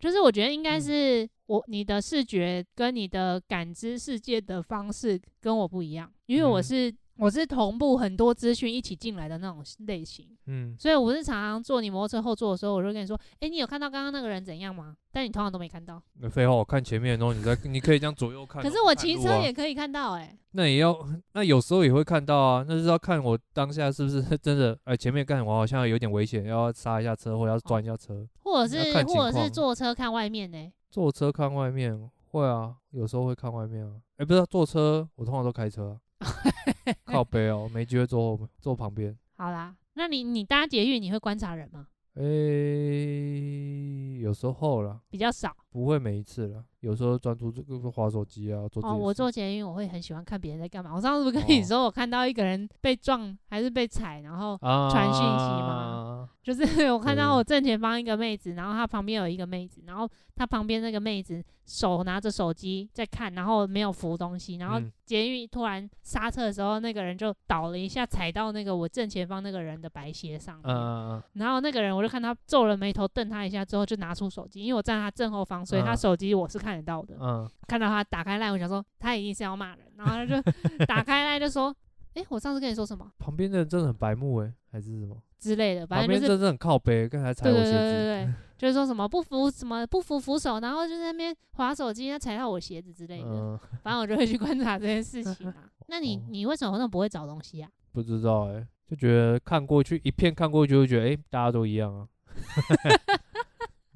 [SPEAKER 1] 就是我觉得应该
[SPEAKER 2] 嗯
[SPEAKER 1] 是我你的视觉跟你的感知世界的方式跟我不一样，因为我
[SPEAKER 2] 嗯
[SPEAKER 1] 是。我是同步很多资讯一起进来的那种类型，
[SPEAKER 2] 嗯，
[SPEAKER 1] 所以我是常常坐你摩托车后座的时候，我就会跟你说，诶，你有看到刚刚那个人怎样吗？但你通常都没看到，
[SPEAKER 2] 那废话，我看前面的东西，你在你可以这样左右看哦。
[SPEAKER 1] 可是我
[SPEAKER 2] 看
[SPEAKER 1] 骑
[SPEAKER 2] 路
[SPEAKER 1] 车
[SPEAKER 2] 啊
[SPEAKER 1] 也可以看到、诶，
[SPEAKER 2] 那也要，那有时候也会看到啊，那就是要看我当下是不是真的，哎、前面干我好像有点危险，要刹一下车
[SPEAKER 1] 哦
[SPEAKER 2] 或要转一下车。
[SPEAKER 1] 或者
[SPEAKER 2] 要
[SPEAKER 1] 是
[SPEAKER 2] 看情
[SPEAKER 1] 或者是
[SPEAKER 2] 况
[SPEAKER 1] 坐车看外面呢、
[SPEAKER 2] 坐车看外面会啊，有时候会看外面啊。哎、不是啊、坐车，我通常都开车
[SPEAKER 1] *laughs*
[SPEAKER 2] 啊、靠背哦，没机会坐后面，坐旁边。
[SPEAKER 1] 好啦，那你你搭捷运你会观察人吗？
[SPEAKER 2] 哎、有时候啦，
[SPEAKER 1] 比较少
[SPEAKER 2] 不会每一次啦，有时候专注这个滑手机啊，做自己
[SPEAKER 1] 哦。
[SPEAKER 2] 的
[SPEAKER 1] 我
[SPEAKER 2] 事
[SPEAKER 1] 坐捷运我会很喜欢看别人在干嘛。我上次不是跟你
[SPEAKER 2] 哦
[SPEAKER 1] 说，我看到一个人被撞还是被踩，然后
[SPEAKER 2] 啊
[SPEAKER 1] 传讯息吗？就是 *laughs* 我看到
[SPEAKER 2] 对
[SPEAKER 1] 我正前方一个妹子，然后她旁边有一个妹子，然后她旁边那个妹子手拿着手机在看，然后没有扶东西，然后
[SPEAKER 2] 嗯
[SPEAKER 1] 捷运突然刹车的时候，那个人就倒了一下，踩到那个我正前方那个人的白鞋上面。
[SPEAKER 2] 嗯、嗯
[SPEAKER 1] 然后那个人我就看他皱了眉头，瞪他一下之后就拿出手机，因为我站他正后方，所以他
[SPEAKER 2] 嗯
[SPEAKER 1] 手机我是看得到的。
[SPEAKER 2] 嗯
[SPEAKER 1] 看到他打开赖，我想说他一定是要骂人，然后他
[SPEAKER 2] *laughs*
[SPEAKER 1] 就打开赖就说：“诶，我上次跟你说什么
[SPEAKER 2] 旁边的人真的很白目哎、还是什么？
[SPEAKER 1] 之类的，
[SPEAKER 2] 旁
[SPEAKER 1] 反正
[SPEAKER 2] 边
[SPEAKER 1] 就是
[SPEAKER 2] 真的很靠背，刚才踩
[SPEAKER 1] 对
[SPEAKER 2] 我
[SPEAKER 1] 对
[SPEAKER 2] 鞋
[SPEAKER 1] 对
[SPEAKER 2] 子。
[SPEAKER 1] 对对，就是说什么不服什么不服扶手，然后就在那边划手机，他踩到我鞋子之类的。
[SPEAKER 2] 嗯，
[SPEAKER 1] 反正我就会去观察这件事情
[SPEAKER 2] *laughs*
[SPEAKER 1] 啊。那你
[SPEAKER 2] 哦
[SPEAKER 1] 你为什么那么不会找东西啊？
[SPEAKER 2] 不知道哎、就觉得看过去一片看过去，就觉得哎、诶大家都一样啊。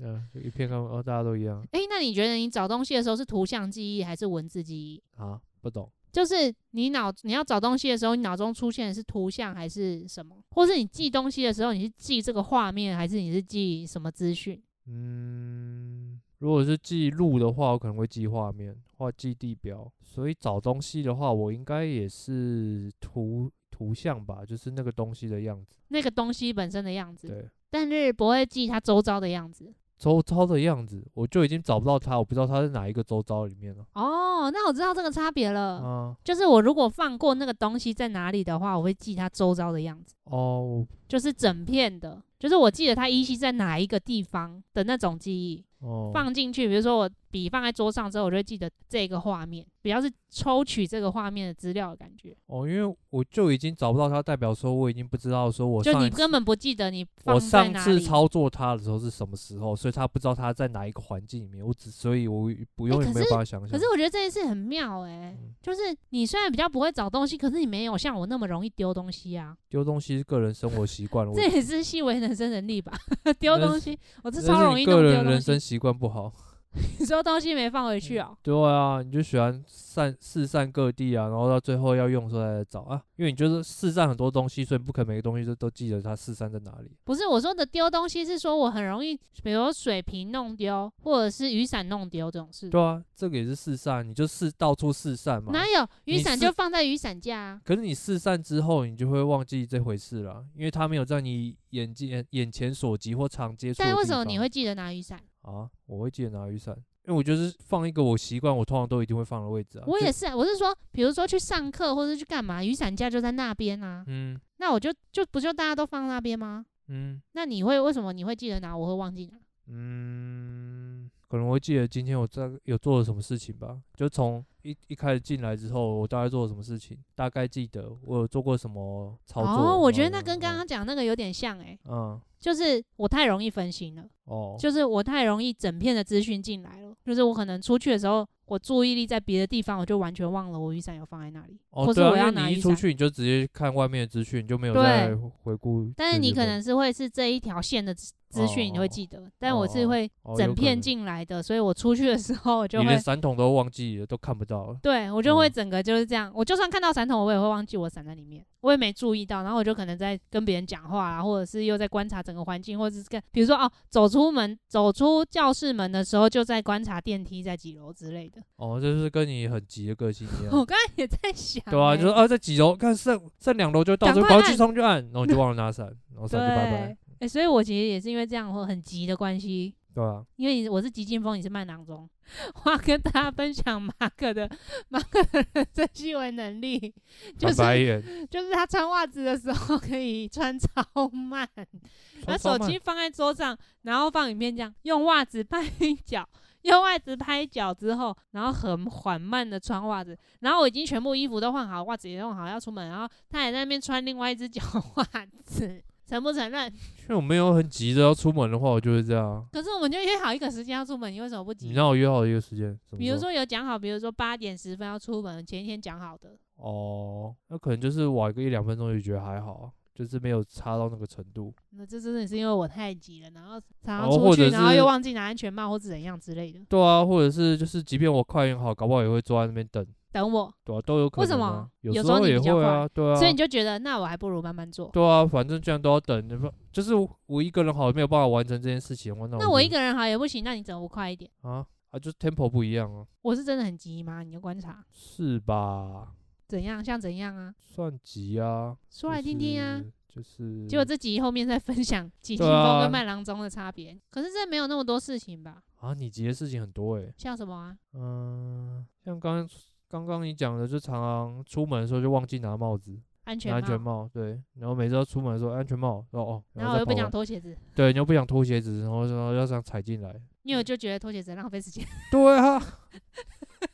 [SPEAKER 2] 嗯，就一片看过哦，大家都一样
[SPEAKER 1] 诶，那你觉得你找东西的时候是图像记忆还是文字记忆？
[SPEAKER 2] 啊，不懂。
[SPEAKER 1] 就是你脑你要找东西的时候，你脑中出现的是图像还是什么？或是你记东西的时候，你是记这个画面，还是你是记什么资讯？
[SPEAKER 2] 嗯，如果是记录的话，我可能会记画面或记地标，所以找东西的话，我应该也是图图像吧，就是那个东西的样子，
[SPEAKER 1] 那个东西本身的样子，
[SPEAKER 2] 对，
[SPEAKER 1] 但是不会记它周遭的样子。
[SPEAKER 2] 周遭的样子，我就已经找不到它，我不知道它是哪一个周遭里面了。
[SPEAKER 1] 哦，那我知道这个差别了。
[SPEAKER 2] 啊，
[SPEAKER 1] 就是我如果放过那个东西在哪里的话，我会记它周遭的样子，
[SPEAKER 2] 哦，我
[SPEAKER 1] 就是整片的，就是我记得它依稀在哪一个地方的那种记忆。
[SPEAKER 2] 哦，
[SPEAKER 1] 放进去，比如说我笔放在桌上之后，我就会记得这个画面，比较是抽取这个画面的资料的感觉。
[SPEAKER 2] 哦，因为我就已经找不到它，代表说我已经不知道说我
[SPEAKER 1] 就
[SPEAKER 2] 上
[SPEAKER 1] 你
[SPEAKER 2] 一次
[SPEAKER 1] 根本不记得你放
[SPEAKER 2] 我
[SPEAKER 1] 在
[SPEAKER 2] 上
[SPEAKER 1] 哪
[SPEAKER 2] 次
[SPEAKER 1] 里。
[SPEAKER 2] 操作它的时候是什么时候，所以它不知道它在哪一个环境里面，我只所以我不用
[SPEAKER 1] 可
[SPEAKER 2] 也没有
[SPEAKER 1] 是
[SPEAKER 2] 办法想
[SPEAKER 1] 可
[SPEAKER 2] 象
[SPEAKER 1] 是。我觉得这件事很妙哎、
[SPEAKER 2] 嗯
[SPEAKER 1] 就是你虽然比较不会找东西，可是你没有像我那么容易丢东西啊，
[SPEAKER 2] 丢东西是个人生活习惯了，我
[SPEAKER 1] 这也是细微人生能力吧？ *laughs* 丢
[SPEAKER 2] 那
[SPEAKER 1] 东
[SPEAKER 2] 是
[SPEAKER 1] 西，我
[SPEAKER 2] 这
[SPEAKER 1] 是超容易
[SPEAKER 2] 你
[SPEAKER 1] 弄
[SPEAKER 2] 个
[SPEAKER 1] 丢
[SPEAKER 2] 人
[SPEAKER 1] 东
[SPEAKER 2] 人
[SPEAKER 1] 西
[SPEAKER 2] 生，习惯不好。
[SPEAKER 1] 你说东西没放回去哦、
[SPEAKER 2] 对啊，你就喜欢散四散各地啊，然后到最后要用的时候再来找啊，因为你就是四散很多东西，所以不可能每个东西都都记得它四散在哪里。
[SPEAKER 1] 不是我说的丢东西，是说我很容易，比如说水瓶弄丢，或者是雨伞弄丢这种事。
[SPEAKER 2] 对啊，这个也是四散，你就四到处四散嘛。
[SPEAKER 1] 哪有雨
[SPEAKER 2] 你
[SPEAKER 1] 伞
[SPEAKER 2] 是
[SPEAKER 1] 就放在雨伞架啊？
[SPEAKER 2] 可是你四散之后，你就会忘记这回事了，因为它没有在你眼睛眼前所及或常接触的地
[SPEAKER 1] 但
[SPEAKER 2] 方。
[SPEAKER 1] 为什么你会记得拿雨伞？
[SPEAKER 2] 啊？我会记得拿雨伞，因为我就是放一个我习惯，我通常都一定会放的位置啊。
[SPEAKER 1] 我
[SPEAKER 2] 就
[SPEAKER 1] 也是啊，我是说，比如说去上课或者去干嘛，雨伞架就在那边啊，
[SPEAKER 2] 嗯
[SPEAKER 1] 那我就就不就大家都放那边吗？
[SPEAKER 2] 嗯
[SPEAKER 1] 那你会为什么你会记得拿，我会忘记拿？
[SPEAKER 2] 嗯，可能我会记得今天我在有做了什么事情吧。就从一一开始进来之后，我大概做了什么事情，大概记得我有做过什么操作。
[SPEAKER 1] 哦，我觉得
[SPEAKER 2] 然
[SPEAKER 1] 那
[SPEAKER 2] 后
[SPEAKER 1] 跟刚刚讲那个有点像诶、
[SPEAKER 2] 嗯
[SPEAKER 1] 就是我太容易分心了，
[SPEAKER 2] 哦
[SPEAKER 1] 就是我太容易整片的资讯进来了，就是我可能出去的时候，我注意力在别的地方，我就完全忘了我雨伞有放在那里，
[SPEAKER 2] 哦
[SPEAKER 1] 或是
[SPEAKER 2] 对啊，
[SPEAKER 1] 我
[SPEAKER 2] 因
[SPEAKER 1] 要
[SPEAKER 2] 为
[SPEAKER 1] 拿
[SPEAKER 2] 你
[SPEAKER 1] 雨
[SPEAKER 2] 一出
[SPEAKER 1] 伞。
[SPEAKER 2] 去你就直接看外面的资讯，你就没有
[SPEAKER 1] 对
[SPEAKER 2] 再回顾这些东西。
[SPEAKER 1] 但是你可能是会是这一条线的资资讯，你会记得，但我是
[SPEAKER 2] 哦
[SPEAKER 1] 会
[SPEAKER 2] 哦有
[SPEAKER 1] 整
[SPEAKER 2] 可
[SPEAKER 1] 片
[SPEAKER 2] 能
[SPEAKER 1] 进来的，所以我出去的时候我就
[SPEAKER 2] 你
[SPEAKER 1] 会
[SPEAKER 2] 连闪筒都忘记了，都看不到了。
[SPEAKER 1] 对我就会
[SPEAKER 2] 嗯
[SPEAKER 1] 整个就是这样，我就算看到闪筒，我也会忘记我闪在里面，我也没注意到，然后我就可能在跟别人讲话啊，或者是又在观察整个环境，或者是跟比如说哦，走出门、走出教室门的时候，就在观察电梯在几楼之类的。
[SPEAKER 2] 哦，就是跟你很急的个性一
[SPEAKER 1] 我
[SPEAKER 2] 样。
[SPEAKER 1] 刚才也在想欸、
[SPEAKER 2] 啊对啊，就是啊，在几楼，看剩剩两楼就到，
[SPEAKER 1] 赶
[SPEAKER 2] 就
[SPEAKER 1] 快
[SPEAKER 2] 赶快
[SPEAKER 1] 按
[SPEAKER 2] 去冲就按，然后你就忘了拿伞，然后
[SPEAKER 1] 对，
[SPEAKER 2] 伞就拜拜
[SPEAKER 1] 哎。、所以我其实也是因为这样，我很急的关系，
[SPEAKER 2] 对啊，
[SPEAKER 1] 因为你我是急进风，你是慢郎中，我要跟大家分享马可的马可的 *laughs* 珍惜为能力，就
[SPEAKER 2] 翻
[SPEAKER 1] 是
[SPEAKER 2] 白眼，
[SPEAKER 1] 就是他穿袜子的时候可以穿超慢，他
[SPEAKER 2] 超
[SPEAKER 1] 手
[SPEAKER 2] 超慢
[SPEAKER 1] 机放在桌上，然后放影片这样，用袜子绊一脚，用袜子拍脚之后，然后很缓慢的穿袜子，然后我已经全部衣服都换好，袜子也弄好要出门，然后他还在那边穿另外一只脚袜子， *laughs* 承不承认？
[SPEAKER 2] 因为我没有很急着要出门的话，我就会这样啊。
[SPEAKER 1] 可是我们就约好一个时间要出门，你为什么不
[SPEAKER 2] 你
[SPEAKER 1] 急？
[SPEAKER 2] 让我约好一个时间，什么
[SPEAKER 1] 比
[SPEAKER 2] 时
[SPEAKER 1] 如
[SPEAKER 2] 候
[SPEAKER 1] 说有讲好，比如说八点十分要出门，前一天讲好的，
[SPEAKER 2] 哦，那可能就是晚个一两分钟就觉得还好啊，就是没有差到那个程度。
[SPEAKER 1] 那这真的是因为我太急了，然后常常
[SPEAKER 2] 哦或
[SPEAKER 1] 出去，
[SPEAKER 2] 者
[SPEAKER 1] 然后
[SPEAKER 2] 是
[SPEAKER 1] 又忘记拿安全帽或是怎样之类的。
[SPEAKER 2] 对啊，或者是就是即便我快点好，搞不好也会坐在那边等，
[SPEAKER 1] 等我，
[SPEAKER 2] 对啊，都有可
[SPEAKER 1] 为什
[SPEAKER 2] 能啊、
[SPEAKER 1] 么有
[SPEAKER 2] 有
[SPEAKER 1] 时
[SPEAKER 2] 时
[SPEAKER 1] 候
[SPEAKER 2] 候
[SPEAKER 1] 你
[SPEAKER 2] 也
[SPEAKER 1] 比较
[SPEAKER 2] 会啊，对啊，
[SPEAKER 1] 所以你就觉得那我还不如慢慢做。
[SPEAKER 2] 对啊，反正既然都要等，那不就是我一个人好没有办法完成这件事情，那
[SPEAKER 1] 那
[SPEAKER 2] 啊我
[SPEAKER 1] 我
[SPEAKER 2] 就
[SPEAKER 1] 一个人好也不行，那你怎么不快一点？
[SPEAKER 2] 啊啊，就是 tempo 不一样啊，
[SPEAKER 1] 我是真的很急吗？你就观察
[SPEAKER 2] 是吧？
[SPEAKER 1] 怎样像怎样啊，
[SPEAKER 2] 算急啊，
[SPEAKER 1] 说来听听啊。
[SPEAKER 2] 就是，就是
[SPEAKER 1] 结果这集后面再分享急行
[SPEAKER 2] 对啊
[SPEAKER 1] 风跟慢郎中的差别。可是这没有那么多事情吧？
[SPEAKER 2] 啊，你急的事情很多诶、
[SPEAKER 1] 像什么啊？
[SPEAKER 2] 嗯，像刚刚刚刚你讲的，就常常出门的时候就忘记拿帽子，
[SPEAKER 1] 安全
[SPEAKER 2] 拿
[SPEAKER 1] 帽，
[SPEAKER 2] 安全帽，对，然后每次要出门的时候安全帽，哦哦，
[SPEAKER 1] 然
[SPEAKER 2] 后
[SPEAKER 1] 后我
[SPEAKER 2] 再
[SPEAKER 1] 又不
[SPEAKER 2] 跑
[SPEAKER 1] 想
[SPEAKER 2] 完，
[SPEAKER 1] 脱鞋子，
[SPEAKER 2] 对，你又不想脱鞋子，然后然后要这样踩进来，
[SPEAKER 1] 因为我就觉得脱鞋子浪费时间。
[SPEAKER 2] *laughs*
[SPEAKER 1] *laughs*
[SPEAKER 2] 对 *laughs* 啊，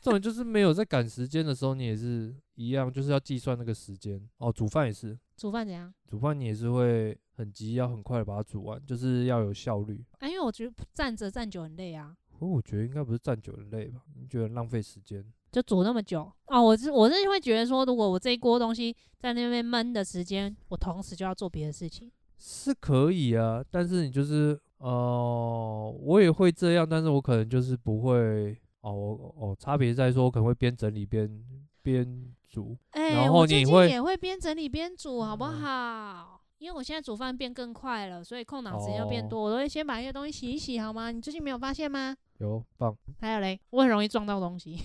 [SPEAKER 2] 这种就是没有在赶时间的时候，你也是一样，就是要计算那个时间。哦，煮饭也是，
[SPEAKER 1] 煮饭怎样？
[SPEAKER 2] 煮饭你也是会很急，要很快的把它煮完，就是要有效率。
[SPEAKER 1] 啊，因为我觉得站着站久很累啊。
[SPEAKER 2] 可我觉得应该不是站久了累吧？你觉得浪费时间？
[SPEAKER 1] 就煮那么久哦，我是我是会觉得说，如果我这一锅东西在那边焖的时间，我同时就要做别的事情。
[SPEAKER 2] 是可以啊，但是你就是呃，我也会这样，但是我可能就是不会哦，我哦，差别在于说我可能会边整理边边煮，
[SPEAKER 1] 哎、
[SPEAKER 2] 然
[SPEAKER 1] 我
[SPEAKER 2] 后
[SPEAKER 1] 最
[SPEAKER 2] 你
[SPEAKER 1] 近
[SPEAKER 2] 会
[SPEAKER 1] 也会边整理边煮，好不
[SPEAKER 2] 嗯
[SPEAKER 1] 好？因为我现在煮饭变更快了，所以空档时间就变
[SPEAKER 2] 哦
[SPEAKER 1] 多，我都会先把一些东西洗一洗，好吗？你最近没有发现吗？
[SPEAKER 2] 有棒
[SPEAKER 1] 还有嘞，我很容易撞到东西。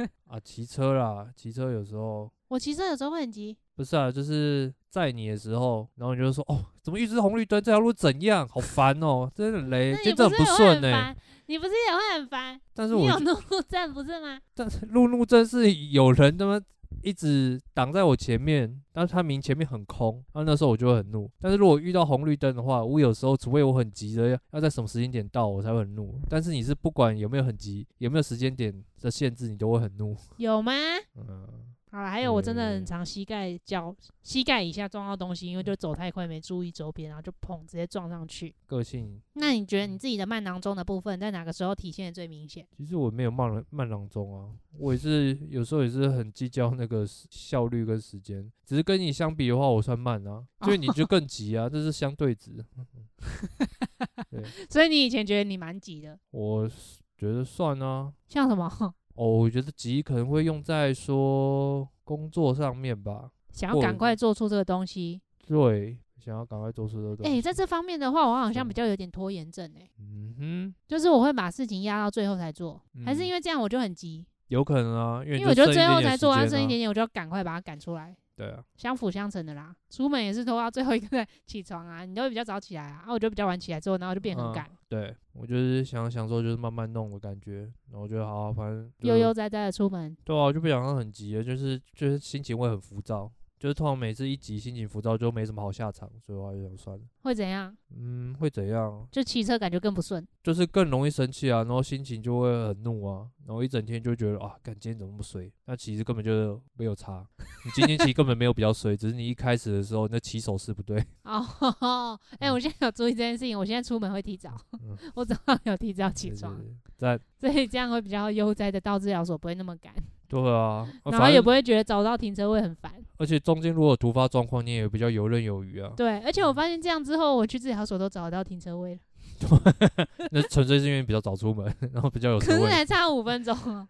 [SPEAKER 1] *laughs*
[SPEAKER 2] 啊，骑车啦，骑车有时候
[SPEAKER 1] 我骑车有时候会很急，
[SPEAKER 2] 不是啊，就是载你的时候，然后你就说哦，怎么一直红绿灯，这条路怎样，好烦哦，真的雷
[SPEAKER 1] 那，
[SPEAKER 2] 就
[SPEAKER 1] 你
[SPEAKER 2] 这
[SPEAKER 1] 不是
[SPEAKER 2] 很不
[SPEAKER 1] 也会
[SPEAKER 2] 顺
[SPEAKER 1] 很
[SPEAKER 2] 呢、
[SPEAKER 1] 烦？你不是也会很烦？
[SPEAKER 2] 但是
[SPEAKER 1] 你
[SPEAKER 2] 我
[SPEAKER 1] 有
[SPEAKER 2] 就
[SPEAKER 1] 怒路症不是吗？
[SPEAKER 2] 但是路怒症是有人他妈一直挡在我前面，但是他明前面很空，然后那时候我就会很怒。但是如果遇到红绿灯的话，我有时候除非我很急着要要在什么时间点到，我才会很怒。但是你是不管有没有很急，有没有时间点的限制，你都会很怒。
[SPEAKER 1] 有吗？
[SPEAKER 2] 嗯，
[SPEAKER 1] 好了，还有我真的
[SPEAKER 2] 对
[SPEAKER 1] 很常膝盖脚膝盖以下撞到东西，因为就走太快没注意周边，然后就砰直接撞上去。
[SPEAKER 2] 个性
[SPEAKER 1] 那你觉
[SPEAKER 2] 嗯
[SPEAKER 1] 得你自己的慢囊中的部分在哪个时候体现的最明显？
[SPEAKER 2] 其实我没有慢郎慢郎中啊，我也是有时候也是很计较那个时效率跟时间，只是跟你相比的话，我算慢啊，所以你就更急啊，这是相对值。
[SPEAKER 1] 所以你以前觉得你蛮急的，
[SPEAKER 2] 我是觉得算啊，
[SPEAKER 1] 像什么
[SPEAKER 2] 哦，我觉得急可能会用在说工作上面吧，
[SPEAKER 1] 想要
[SPEAKER 2] 或者
[SPEAKER 1] 赶快做出这个东西？
[SPEAKER 2] 对，想要赶快做出这个。
[SPEAKER 1] 诶、在这方面的话，我好像
[SPEAKER 2] 嗯
[SPEAKER 1] 比较有点拖延症诶、
[SPEAKER 2] 嗯哼，
[SPEAKER 1] 就是我会把事情压到最后才做，还是
[SPEAKER 2] 嗯
[SPEAKER 1] 因为这样我就很急，
[SPEAKER 2] 有可能啊，因为
[SPEAKER 1] 因
[SPEAKER 2] 你
[SPEAKER 1] 为我觉
[SPEAKER 2] 就
[SPEAKER 1] 得
[SPEAKER 2] 剩
[SPEAKER 1] 最
[SPEAKER 2] 一点
[SPEAKER 1] 后
[SPEAKER 2] 点
[SPEAKER 1] 才
[SPEAKER 2] 时
[SPEAKER 1] 做，它
[SPEAKER 2] 间
[SPEAKER 1] 剩一
[SPEAKER 2] 啊
[SPEAKER 1] 点点，我就要赶快把它赶出来。
[SPEAKER 2] 对啊，
[SPEAKER 1] 相辅相成的啦。出门也是拖到最后一个再 *laughs* 起床啊，你都会比较早起来啊，啊，我就比较晚起来之后，然后就变很
[SPEAKER 2] 嗯
[SPEAKER 1] 赶，
[SPEAKER 2] 对我就是想享受就是慢慢弄的感觉，然后就好、啊，反正就
[SPEAKER 1] 悠悠哉哉的出门。
[SPEAKER 2] 对啊，我就不想让很急了，就是就是心情会很浮躁，就是通常每次一急心情浮躁就没什么好下场，所以我还是想算了，
[SPEAKER 1] 会怎样？
[SPEAKER 2] 嗯，会怎样？
[SPEAKER 1] 就骑车感觉更不顺，
[SPEAKER 2] 就是更容易生气啊，然后心情就会很怒啊，然后一整天就觉得啊，干今天怎么那么衰？那其实根本就是没有差， *laughs* 你今天其实根本没有比较衰，只是你一开始的时候那起手势不
[SPEAKER 1] *laughs*
[SPEAKER 2] 对。
[SPEAKER 1] 哦， *laughs* 哎、我现在有注意这件事情，我现在出门会提早，
[SPEAKER 2] 嗯
[SPEAKER 1] *laughs* 我早上有提早起
[SPEAKER 2] 对
[SPEAKER 1] 床，，
[SPEAKER 2] 在
[SPEAKER 1] 所以这样会比较悠哉的到治疗所，不会那么赶，
[SPEAKER 2] 对啊，啊
[SPEAKER 1] *laughs* 然后也
[SPEAKER 2] 反
[SPEAKER 1] 不
[SPEAKER 2] 正哦
[SPEAKER 1] 会觉得找不到停车位很烦。。
[SPEAKER 2] 而且中间如果有突发状况，你也比较游刃有余啊
[SPEAKER 1] *laughs* 对，而且我发现这样之后，我去治疗所都找得到停车位了，
[SPEAKER 2] 那纯粹是因为你比较早出门， *laughs* 然后
[SPEAKER 1] *laughs*
[SPEAKER 2] 比较有
[SPEAKER 1] 可
[SPEAKER 2] 所
[SPEAKER 1] 是
[SPEAKER 2] 谓。
[SPEAKER 1] 还差五分钟
[SPEAKER 2] *laughs*
[SPEAKER 1] 哦，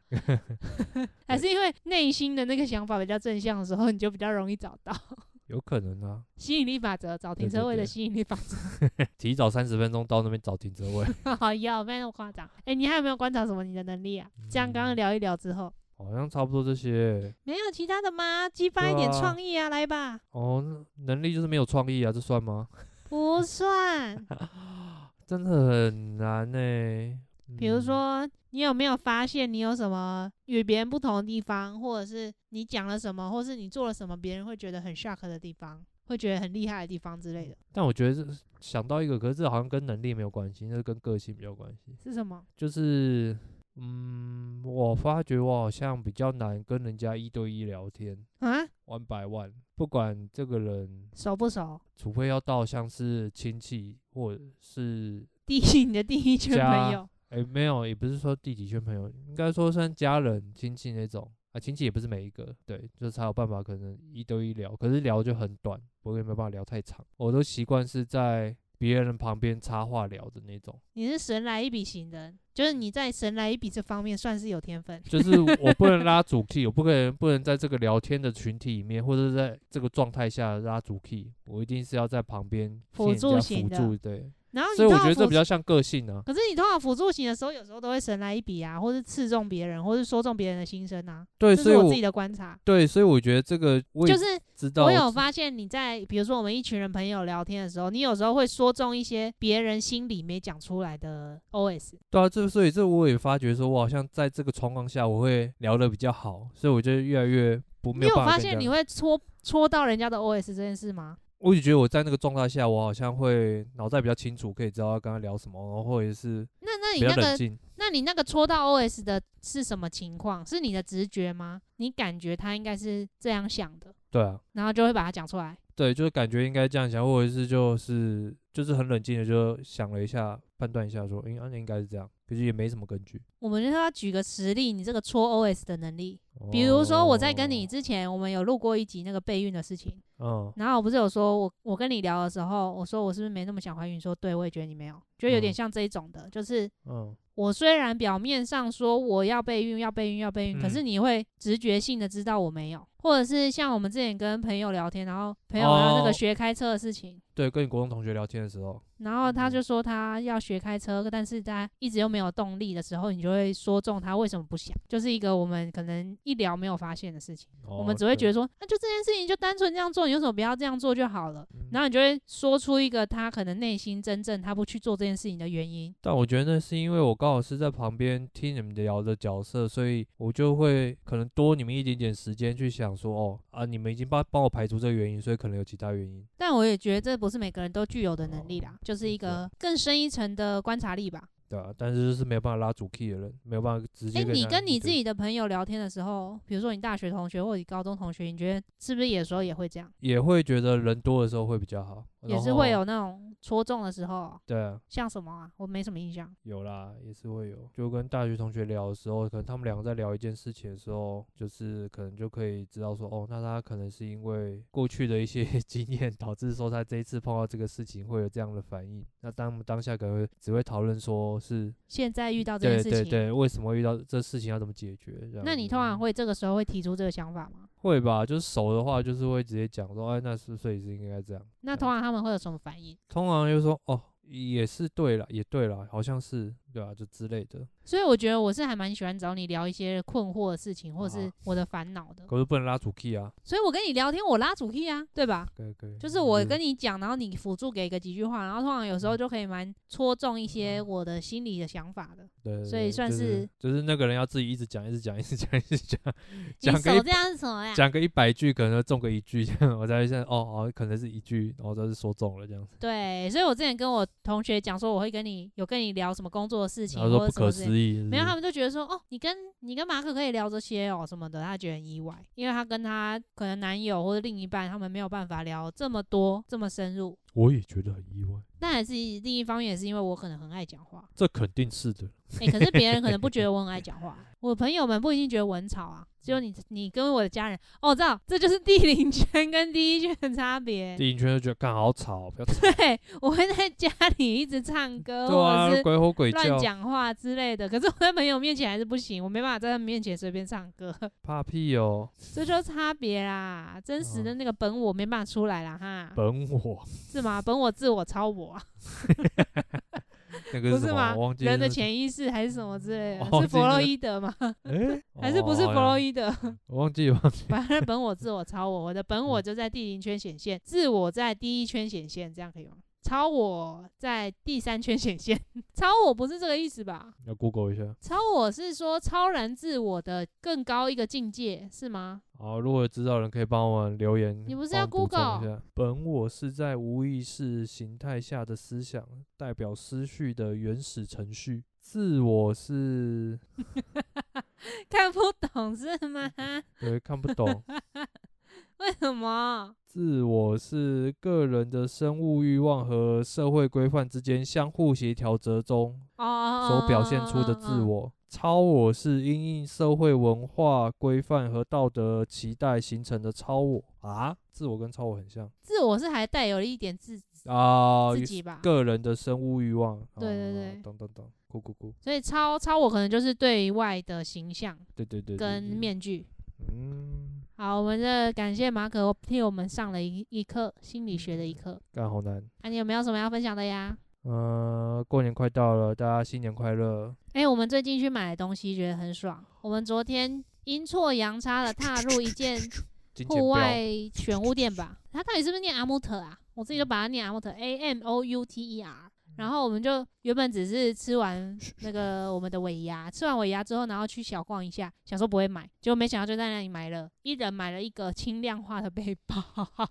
[SPEAKER 1] 还是因为内心的那个想法比较正向的时候，你就比较容易找到。
[SPEAKER 2] 有可能啊，
[SPEAKER 1] 吸引力法则，找停
[SPEAKER 2] 对对
[SPEAKER 1] 车位的
[SPEAKER 2] 对
[SPEAKER 1] 吸引力法则。 *laughs*
[SPEAKER 2] 提早三十分钟到那边找停车位， *laughs*
[SPEAKER 1] 好要，不要那么夸张。哎、你还有没有观察什么你的能力啊？这样刚刚
[SPEAKER 2] 嗯
[SPEAKER 1] 聊一聊之后，
[SPEAKER 2] 好像差不多这些。
[SPEAKER 1] 没有其他的吗？激发一
[SPEAKER 2] 对
[SPEAKER 1] 点
[SPEAKER 2] 啊
[SPEAKER 1] 创意啊，来吧。
[SPEAKER 2] 哦，那能力就是没有创意啊，这算吗？
[SPEAKER 1] 不算，
[SPEAKER 2] 真的很难呢、
[SPEAKER 1] 比如
[SPEAKER 2] 嗯
[SPEAKER 1] 说，你有没有发现你有什么与别人不同的地方，或者是你讲了什么，或是你做了什么，别人会觉得很 shock 的地方，会觉得很厉害的地方之类的，
[SPEAKER 2] 但我觉得这想到一个，可是这好像跟能力没有关系，那跟个性比较关系。
[SPEAKER 1] 是什么？
[SPEAKER 2] 就是，嗯，我发觉我好像比较难跟人家一对一聊天
[SPEAKER 1] 啊，
[SPEAKER 2] ，one by one。不管这个人，
[SPEAKER 1] 熟不熟？
[SPEAKER 2] 除非要到像是亲戚或者是
[SPEAKER 1] 第一， *laughs* 你的第一圈朋
[SPEAKER 2] 加
[SPEAKER 1] 友，
[SPEAKER 2] 哎、没有，也不是说弟弟圈朋友，应该说算家人、亲戚那种啊。亲戚也不是每一个，对，就才有办法可能一对一聊，可是聊就很短，我也没有办法聊太长。我都习惯是在别人旁边插话聊的那种，
[SPEAKER 1] 你是神来一笔型的，就是你在神来一笔这方面算是有天分。
[SPEAKER 2] 就是我不能拉主 key，我不可能不能在这个聊天的群体里面，或者是在这个状态下拉主 key，我一定是要在旁边
[SPEAKER 1] 辅
[SPEAKER 2] 替人
[SPEAKER 1] 助
[SPEAKER 2] 家
[SPEAKER 1] 型
[SPEAKER 2] 辅
[SPEAKER 1] 的
[SPEAKER 2] 助，对。
[SPEAKER 1] 然后你
[SPEAKER 2] 所以我
[SPEAKER 1] 通
[SPEAKER 2] 觉
[SPEAKER 1] 常
[SPEAKER 2] 得这
[SPEAKER 1] 辅
[SPEAKER 2] 比较像个性啊。
[SPEAKER 1] 可是你通常辅助型的时候，有时候都会神来一笔啊，或是刺中别人，或是说中别人的心声啊。
[SPEAKER 2] 对，
[SPEAKER 1] 这
[SPEAKER 2] 所
[SPEAKER 1] 是
[SPEAKER 2] 以
[SPEAKER 1] 我
[SPEAKER 2] 我
[SPEAKER 1] 自己的观察，
[SPEAKER 2] 对，所以我觉得这个我也
[SPEAKER 1] 就是
[SPEAKER 2] 知道，
[SPEAKER 1] 我有发现你在比如说我们一群人朋友聊天的时候，你有时候会说中一些别人心里没讲出来的 OS。
[SPEAKER 2] 对啊，这所以这我也发觉说，我好像在这个状况下，我会聊得比较好，所以我就越来越不
[SPEAKER 1] 你
[SPEAKER 2] 没
[SPEAKER 1] 有
[SPEAKER 2] 办法
[SPEAKER 1] 发
[SPEAKER 2] 跟人
[SPEAKER 1] 现
[SPEAKER 2] 家
[SPEAKER 1] 你会戳戳到人家的 OS 这件事吗？
[SPEAKER 2] 我也觉得我在那个状态下，我好像会脑袋比较清楚，可以知道要跟他聊什么，然后或者是
[SPEAKER 1] 那那
[SPEAKER 2] 比
[SPEAKER 1] 你
[SPEAKER 2] 较
[SPEAKER 1] 那
[SPEAKER 2] 冷
[SPEAKER 1] 个
[SPEAKER 2] 静。
[SPEAKER 1] 那你那个戳到 OS 的是什么情况？是你的直觉吗？你感觉他应该是这样想的，
[SPEAKER 2] 对啊，
[SPEAKER 1] 然后就会把它讲出来。
[SPEAKER 2] 对，就是感觉应该这样想，或者是就是就是很冷静的就想了一下，判断一下说，应、啊应该是这样，可是也没什么根据。
[SPEAKER 1] 我们就是要举个实例，你这个戳 OS 的能力，
[SPEAKER 2] 哦
[SPEAKER 1] 比如说我在跟你之前，我们有录过一集那个备孕的事情，
[SPEAKER 2] 哦，
[SPEAKER 1] 然后我不是有说我我跟你聊的时候，我说我是不是没那么想怀孕？你说对，我也觉得你没有，就有点
[SPEAKER 2] 嗯
[SPEAKER 1] 像这一种的，就是
[SPEAKER 2] 嗯嗯，
[SPEAKER 1] 我虽然表面上说我要备孕，要备孕，要备孕，可是
[SPEAKER 2] 嗯
[SPEAKER 1] 你会直觉性的知道我没有，或者是像我们之前跟朋友聊天，然后朋友要那
[SPEAKER 2] 哦
[SPEAKER 1] 个学开车的事情，
[SPEAKER 2] 对，跟你国中同学聊天的时候，
[SPEAKER 1] 然后他
[SPEAKER 2] 嗯
[SPEAKER 1] 就说他要学开车，但是他一直又没有动力的时候，你就会说中他为什么不想，就是一个我们可能一聊没有发现的事情，
[SPEAKER 2] 哦
[SPEAKER 1] 我们只会觉
[SPEAKER 2] 得，
[SPEAKER 1] 得说，那就这件事情就单纯这样做，你为什么不要这样做就好了？
[SPEAKER 2] 嗯
[SPEAKER 1] 然后你就会说出一个他可能内心真正他不去做这件事情的原因。
[SPEAKER 2] 但我觉得那是因为我刚好是在旁边听你们聊的角色，所以我就会可能多你们一点点时间去想说，哦啊，你们已经帮帮我排除这个原因，所以可能有其他原因。
[SPEAKER 1] 但我也觉得这不是每个人都具有的能
[SPEAKER 2] 哦
[SPEAKER 1] 力啦，就是一
[SPEAKER 2] 是
[SPEAKER 1] 个更深一层的观察力吧。
[SPEAKER 2] 对啊，但是就是没有办法拉主 key 的人，没有办法直接
[SPEAKER 1] 诶，
[SPEAKER 2] 跟人
[SPEAKER 1] 你
[SPEAKER 2] 家
[SPEAKER 1] 跟你
[SPEAKER 2] 一
[SPEAKER 1] 自
[SPEAKER 2] 对一
[SPEAKER 1] 己的朋友聊天的时候，比如说你大学同学或者你高中同学，你觉得是不是有时候也会这样，
[SPEAKER 2] 也会觉得人多的时候会比较好，
[SPEAKER 1] 也是
[SPEAKER 2] 然
[SPEAKER 1] 会
[SPEAKER 2] 后
[SPEAKER 1] 有那种戳中的时候啊？
[SPEAKER 2] 对啊，
[SPEAKER 1] 像什么啊？我没什么印象。
[SPEAKER 2] 有啦，也是会有。就跟大学同学聊的时候，可能他们两个在聊一件事情的时候，就是可能就可以知道说，哦，那他可能是因为过去的一些 *laughs* 经验，导致说他这一次碰到这个事情会有这样的反应。那当他们当下可能会只会讨论说是，
[SPEAKER 1] 现在遇到这件
[SPEAKER 2] 对
[SPEAKER 1] 事情，
[SPEAKER 2] 对对，为什么会遇到这事情要怎么解决？这样
[SPEAKER 1] 那你
[SPEAKER 2] 子
[SPEAKER 1] 通常
[SPEAKER 2] 嗯
[SPEAKER 1] 会这个时候会提出这个想法吗？
[SPEAKER 2] 会吧？就是熟的话，就是会直接讲说，哎，那是所以是应该这样。
[SPEAKER 1] 那
[SPEAKER 2] 对
[SPEAKER 1] 通常他们会有什么反应？
[SPEAKER 2] 通常就说，哦，也是对了，也对了，好像是对啊，就之类的。
[SPEAKER 1] 所以我觉得我是还蛮喜欢找你聊一些困惑的事情，或者是
[SPEAKER 2] 啊
[SPEAKER 1] 我的烦恼的。
[SPEAKER 2] 可是不能拉主 key 啊，
[SPEAKER 1] 所以我跟你聊天，我拉主 key 啊，对吧？
[SPEAKER 2] 可以可以。
[SPEAKER 1] 就是我跟你讲，然后你辅助给个几句话，然后通常有时
[SPEAKER 2] 嗯
[SPEAKER 1] 候就可以蛮戳中一些我的心里的想法的。
[SPEAKER 2] 对对
[SPEAKER 1] 所以
[SPEAKER 2] 对
[SPEAKER 1] 算
[SPEAKER 2] 就是
[SPEAKER 1] 是
[SPEAKER 2] 就是那个人要自己一直讲，一直讲，一直讲，一直讲， *laughs*
[SPEAKER 1] 你
[SPEAKER 2] 讲个
[SPEAKER 1] 手
[SPEAKER 2] 一
[SPEAKER 1] 这样是什么呀？
[SPEAKER 2] 讲个一百句，可能就中个一句，这样我才会现在哦哦，可能是一句，然后就是说中了这样子，
[SPEAKER 1] 对，所以我之前跟我同学讲说，我会跟你有跟你聊什么工作的事情，
[SPEAKER 2] 然后
[SPEAKER 1] 或
[SPEAKER 2] 说不
[SPEAKER 1] 者什么之
[SPEAKER 2] 可
[SPEAKER 1] 类的
[SPEAKER 2] 思议，是不
[SPEAKER 1] 没有，
[SPEAKER 2] 是
[SPEAKER 1] 他们就觉得说，哦，你跟你跟马可可以聊这些哦什么的，他觉得很意外，因为他跟他可能男友或者另一半，他们没有办法聊这么多这么深入。
[SPEAKER 2] 我也觉得很意外，
[SPEAKER 1] 但还是另一方面，也是因为我可能很爱讲话，
[SPEAKER 2] 这肯定是的，
[SPEAKER 1] 诶、可是别人可能不觉得我很爱讲话， *laughs* 我朋友们不一定觉得我很吵啊，只有你你跟我的家人，哦，我知道，这就是第零圈跟第一圈的差别。
[SPEAKER 2] 第一圈就觉得干好吵，不要吵，
[SPEAKER 1] 对，我会在家里一直唱歌，
[SPEAKER 2] 对
[SPEAKER 1] 或者
[SPEAKER 2] 啊，
[SPEAKER 1] 是
[SPEAKER 2] 鬼吼鬼
[SPEAKER 1] 乱
[SPEAKER 2] 叫，
[SPEAKER 1] 讲话之类的，可是我在朋友面前还是不行，我没办法在他们面前随便唱歌。 *laughs*
[SPEAKER 2] 怕屁哦，
[SPEAKER 1] 这就是差别啦，真实的那个本我没办法出来啦，哈，
[SPEAKER 2] 本
[SPEAKER 1] *laughs*
[SPEAKER 2] 我
[SPEAKER 1] 是吗？本我、自我、超我啊，
[SPEAKER 2] 那个
[SPEAKER 1] 不
[SPEAKER 2] 是
[SPEAKER 1] 是
[SPEAKER 2] 什么？
[SPEAKER 1] 吗
[SPEAKER 2] 我忘？记
[SPEAKER 1] 人的
[SPEAKER 2] 是什么，
[SPEAKER 1] 潜意识还是什么之类
[SPEAKER 2] 我忘
[SPEAKER 1] 的？
[SPEAKER 2] 记
[SPEAKER 1] 是弗
[SPEAKER 2] 那
[SPEAKER 1] 洛
[SPEAKER 2] 个
[SPEAKER 1] 伊德吗？
[SPEAKER 2] 哎，
[SPEAKER 1] 还是不是
[SPEAKER 2] 哦
[SPEAKER 1] 弗
[SPEAKER 2] 好像
[SPEAKER 1] 洛伊德？
[SPEAKER 2] 我忘记忘记，
[SPEAKER 1] *laughs* 反正
[SPEAKER 2] 嗯
[SPEAKER 1] 本我、自我、超我，我的本我就在第零圈显现，自我在第一圈显现，这样可以吗？超我在第三圈显现，超我不是这个意思吧？
[SPEAKER 2] *laughs* 要 Google 一下。
[SPEAKER 1] 超我是说超然自我的更高一个境界是吗？ *laughs*
[SPEAKER 2] 好，如果有知道的人可以帮我们留言。
[SPEAKER 1] 你不是
[SPEAKER 2] 帮
[SPEAKER 1] 要
[SPEAKER 2] 我们补充
[SPEAKER 1] Google？
[SPEAKER 2] 一下？本我是在无意识形态下的思想，代表思绪的原始程序。自我是，
[SPEAKER 1] 看不懂是吗？ *laughs*
[SPEAKER 2] 对，看不懂。
[SPEAKER 1] 为什么？
[SPEAKER 2] 自我是个人的生物欲望和社会规范之间相互协调折中
[SPEAKER 1] 哦，
[SPEAKER 2] 所表现出的自
[SPEAKER 1] 嗯，嗯嗯嗯
[SPEAKER 2] 我。超我是因应社会文化规范和道德期待形成的超我啊，自我跟超我很像
[SPEAKER 1] 自我是还带有一点自
[SPEAKER 2] 啊，
[SPEAKER 1] 自己吧。
[SPEAKER 2] 个人的生物欲望。
[SPEAKER 1] 对对
[SPEAKER 2] 哦
[SPEAKER 1] 对
[SPEAKER 2] 懂懂懂，咕咕咕，
[SPEAKER 1] 所以超超我可能就是对外的形象
[SPEAKER 2] 对对对，对
[SPEAKER 1] 跟，面具。
[SPEAKER 2] 对嗯，
[SPEAKER 1] 好，我们这感谢马可替我们上了一一课心理学的一课。
[SPEAKER 2] 干好难。
[SPEAKER 1] 啊，你有没有什么要分享的呀？
[SPEAKER 2] 呃，过年快到了，大家新年快乐。
[SPEAKER 1] 哎、我们最近去买东西，觉得很爽。我们昨天阴错阳差的踏入一件
[SPEAKER 2] 金钱
[SPEAKER 1] 户
[SPEAKER 2] 豹
[SPEAKER 1] 外选物店吧。它到底是不是念阿穆特啊？我自己就把它念阿穆特，A M O U T E R。然后我们就原本只是吃完那个我们的尾牙，吃完尾牙之后，然后去小逛一下，想说不会买，结果没想到就在那里买了，一人买了一个轻量化的背包。
[SPEAKER 2] *laughs*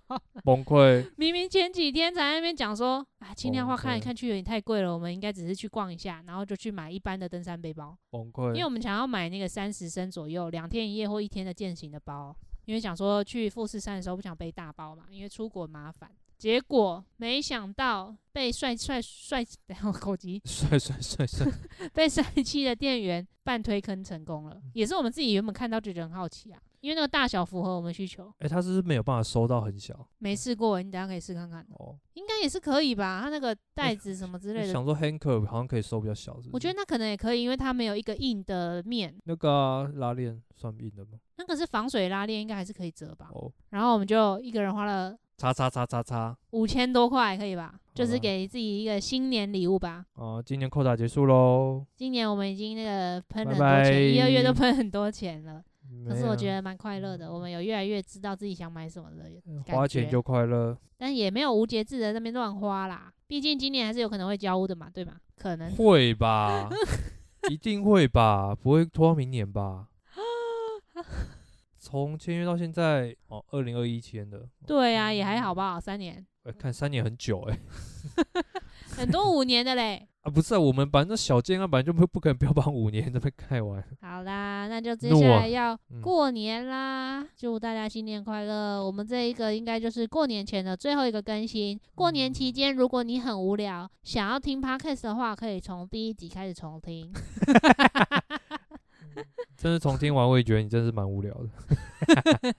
[SPEAKER 2] 崩溃，
[SPEAKER 1] *laughs* 明明前几天才在那边讲说，啊，轻量化看来
[SPEAKER 2] 对
[SPEAKER 1] 看去有点太贵了，我们应该只是去逛一下，然后就去买一般的登山背包。
[SPEAKER 2] 崩溃。
[SPEAKER 1] 因为我们想要买那个三十升左右、两天一夜或一天的践行的包，因为想说去富士山的时候不想背大包嘛，因为出国麻烦。结果没想到被帅帅帅， *laughs* 等一下我口急，
[SPEAKER 2] 帅帅帅帅，
[SPEAKER 1] *laughs* 被帅气的店员半推坑成功了，也是我们自己原本看到就觉得很好奇啊，因为那个大小符合我们需求，
[SPEAKER 2] 哎、他是不是没有办法收到很小
[SPEAKER 1] 没试过，你等一下可以试看看，
[SPEAKER 2] 哦。
[SPEAKER 1] 应该也是可以吧？它那个袋子什么之类的，
[SPEAKER 2] 哎想说 Hanker 好像可以收比较小，是不是？
[SPEAKER 1] 我觉得那可能也可以，因为它没有一个硬的面，
[SPEAKER 2] 那个啊、拉链算硬的吗？
[SPEAKER 1] 那个是防水拉链，应该还是可以折吧。
[SPEAKER 2] 哦，
[SPEAKER 1] 然后我们就一个人花了
[SPEAKER 2] 叉叉叉叉叉
[SPEAKER 1] 五千多块，可以吧？就是
[SPEAKER 2] 吧
[SPEAKER 1] 给自己一个新年礼物吧。
[SPEAKER 2] 啊！今年扣打结束喽。
[SPEAKER 1] 今年我们已经那个喷了很
[SPEAKER 2] 拜
[SPEAKER 1] 多
[SPEAKER 2] 拜
[SPEAKER 1] 钱，一二月都喷很多钱
[SPEAKER 2] *laughs*
[SPEAKER 1] 了。可是
[SPEAKER 2] 没
[SPEAKER 1] 我
[SPEAKER 2] 啊
[SPEAKER 1] 觉得蛮快乐的，我们有越来越知道自己想买什么的，
[SPEAKER 2] 嗯
[SPEAKER 1] 感
[SPEAKER 2] 花钱
[SPEAKER 1] 觉
[SPEAKER 2] 就快乐，
[SPEAKER 1] 但也没有无节制的在那边乱花啦。毕竟今年还是有可能会交屋的嘛，对吗？可能 *laughs*
[SPEAKER 2] 会吧？一定会吧？不会拖到明年吧？从签约到现在，哦，二零二一签的，
[SPEAKER 1] 对啊，也还好吧，三年，
[SPEAKER 2] 哎、看三年很久哎、
[SPEAKER 1] 很多五年的
[SPEAKER 2] *laughs*
[SPEAKER 1] 嘞。
[SPEAKER 2] 啊，不是、啊，我们反正小健康本来就不不可能标榜五年这边盖完，
[SPEAKER 1] 好啦，那就接
[SPEAKER 2] 怒
[SPEAKER 1] 下
[SPEAKER 2] 啊
[SPEAKER 1] 来要
[SPEAKER 2] 嗯
[SPEAKER 1] 过年啦，祝大家新年快乐！我们这一个应该就是过年前的最后一个更新。过年期间，如果你很无聊，想要听 podcast 的话，可以从第一集开始重
[SPEAKER 2] *laughs*
[SPEAKER 1] 听。
[SPEAKER 2] 真是从听完我也觉得你真是蛮无
[SPEAKER 1] *laughs*
[SPEAKER 2] 聊的。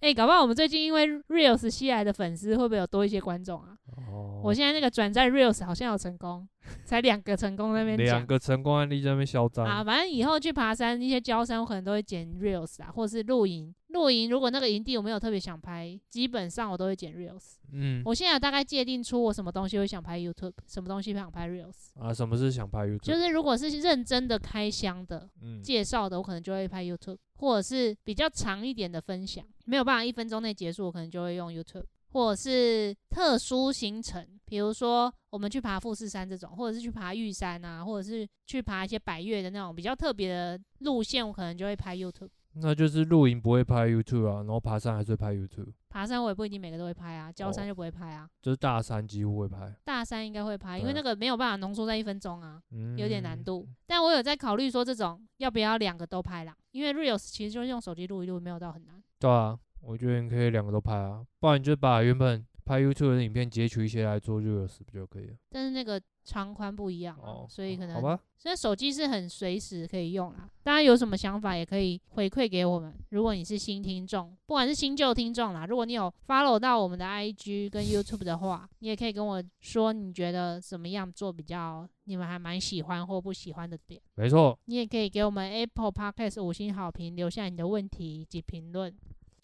[SPEAKER 1] 诶，搞不好我们最近因为 reels 吸来的粉丝，会不会有多一些观众啊？
[SPEAKER 2] 哦，
[SPEAKER 1] 我现在那个转战 reels 好像有成功，才两个成功在那边
[SPEAKER 2] 两
[SPEAKER 1] 讲。
[SPEAKER 2] 个成功案例在那边嚣张
[SPEAKER 1] 啊，反正以后去爬山，一些郊山，我可能都会剪 reels 啊，或者是露营。露营如果那个营地我没有特别想拍，基本上我都会剪 reels。
[SPEAKER 2] 嗯，
[SPEAKER 1] 我现在有大概界定出我什么东西会想拍 YouTube，什么东西想拍 Reels。
[SPEAKER 2] 啊，什么是想拍 YouTube？
[SPEAKER 1] 就是如果是认真的开箱的、
[SPEAKER 2] 嗯，
[SPEAKER 1] 介绍的，我可能就会拍 YouTube，或者是比较长一点的分享，没有办法一分钟内结束，我可能就会用 YouTube，或者是特殊行程，比如说我们去爬富士山这种，或者是去爬玉山啊，或者是去爬一些百越的那种比较特别的路线，我可能就会拍 YouTube。
[SPEAKER 2] 那就是露营不会拍 YouTube 啊，然后爬山还是会拍 YouTube，
[SPEAKER 1] 爬山我也不一定每个都会拍啊，
[SPEAKER 2] 哦
[SPEAKER 1] 郊山就不会拍啊，
[SPEAKER 2] 就是大山几乎会拍，
[SPEAKER 1] 大山应该会拍，因为
[SPEAKER 2] 对啊
[SPEAKER 1] 那个没有办法浓缩在一分钟啊。
[SPEAKER 2] 嗯，
[SPEAKER 1] 有点难。度。但我有在考虑说，这种要不要两个都拍啦？因为 reels 其实就是用手机录一录，没有到很难。
[SPEAKER 2] 对啊，我觉得你可以两个都拍啊，不然你就把原本拍 YouTube 的影片截取一些来做 Reels 不就可以了？
[SPEAKER 1] 但是那个长宽不一样啊、
[SPEAKER 2] 哦，
[SPEAKER 1] 所以可
[SPEAKER 2] 好
[SPEAKER 1] 能
[SPEAKER 2] 吧，
[SPEAKER 1] 所以手机是很随时可以用啦。啊大家有什么想法也可以回馈给我们。如果你是新听众，不管是新旧听众啦，如果你有 follow 到我们的 IG 跟 YouTube 的话，你也可以跟我说你觉得怎么样做比较，你们还蛮喜欢或不喜欢的点。
[SPEAKER 2] 没错，
[SPEAKER 1] 你也可以给我们 Apple Podcast 五星好评，留下你的问题以及评论。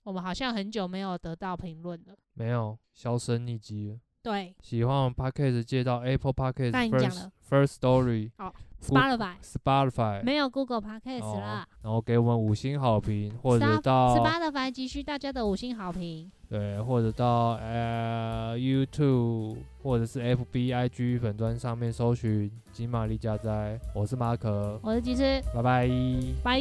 [SPEAKER 1] 我们好像很久没有得到评论了。
[SPEAKER 2] 没有销声匿迹了。
[SPEAKER 1] 对，
[SPEAKER 2] 喜欢我们 Podcast，借到 Apple Podcast
[SPEAKER 1] 那你讲
[SPEAKER 2] First
[SPEAKER 1] 了
[SPEAKER 2] First Story
[SPEAKER 1] 好 Spotify
[SPEAKER 2] Spotify
[SPEAKER 1] 没有 Google
[SPEAKER 2] 哦
[SPEAKER 1] Podcast 啦。
[SPEAKER 2] 然后给我们五星好评，或
[SPEAKER 1] Spa-
[SPEAKER 2] 者到
[SPEAKER 1] Spotify 急需大家的五星好评，
[SPEAKER 2] 对，或者到呃 YouTube 或者是 FB IG 粉砖上面搜寻金玛丽家哉，我是马可，
[SPEAKER 1] 我是鸡翅，
[SPEAKER 2] 拜拜。
[SPEAKER 1] 拜。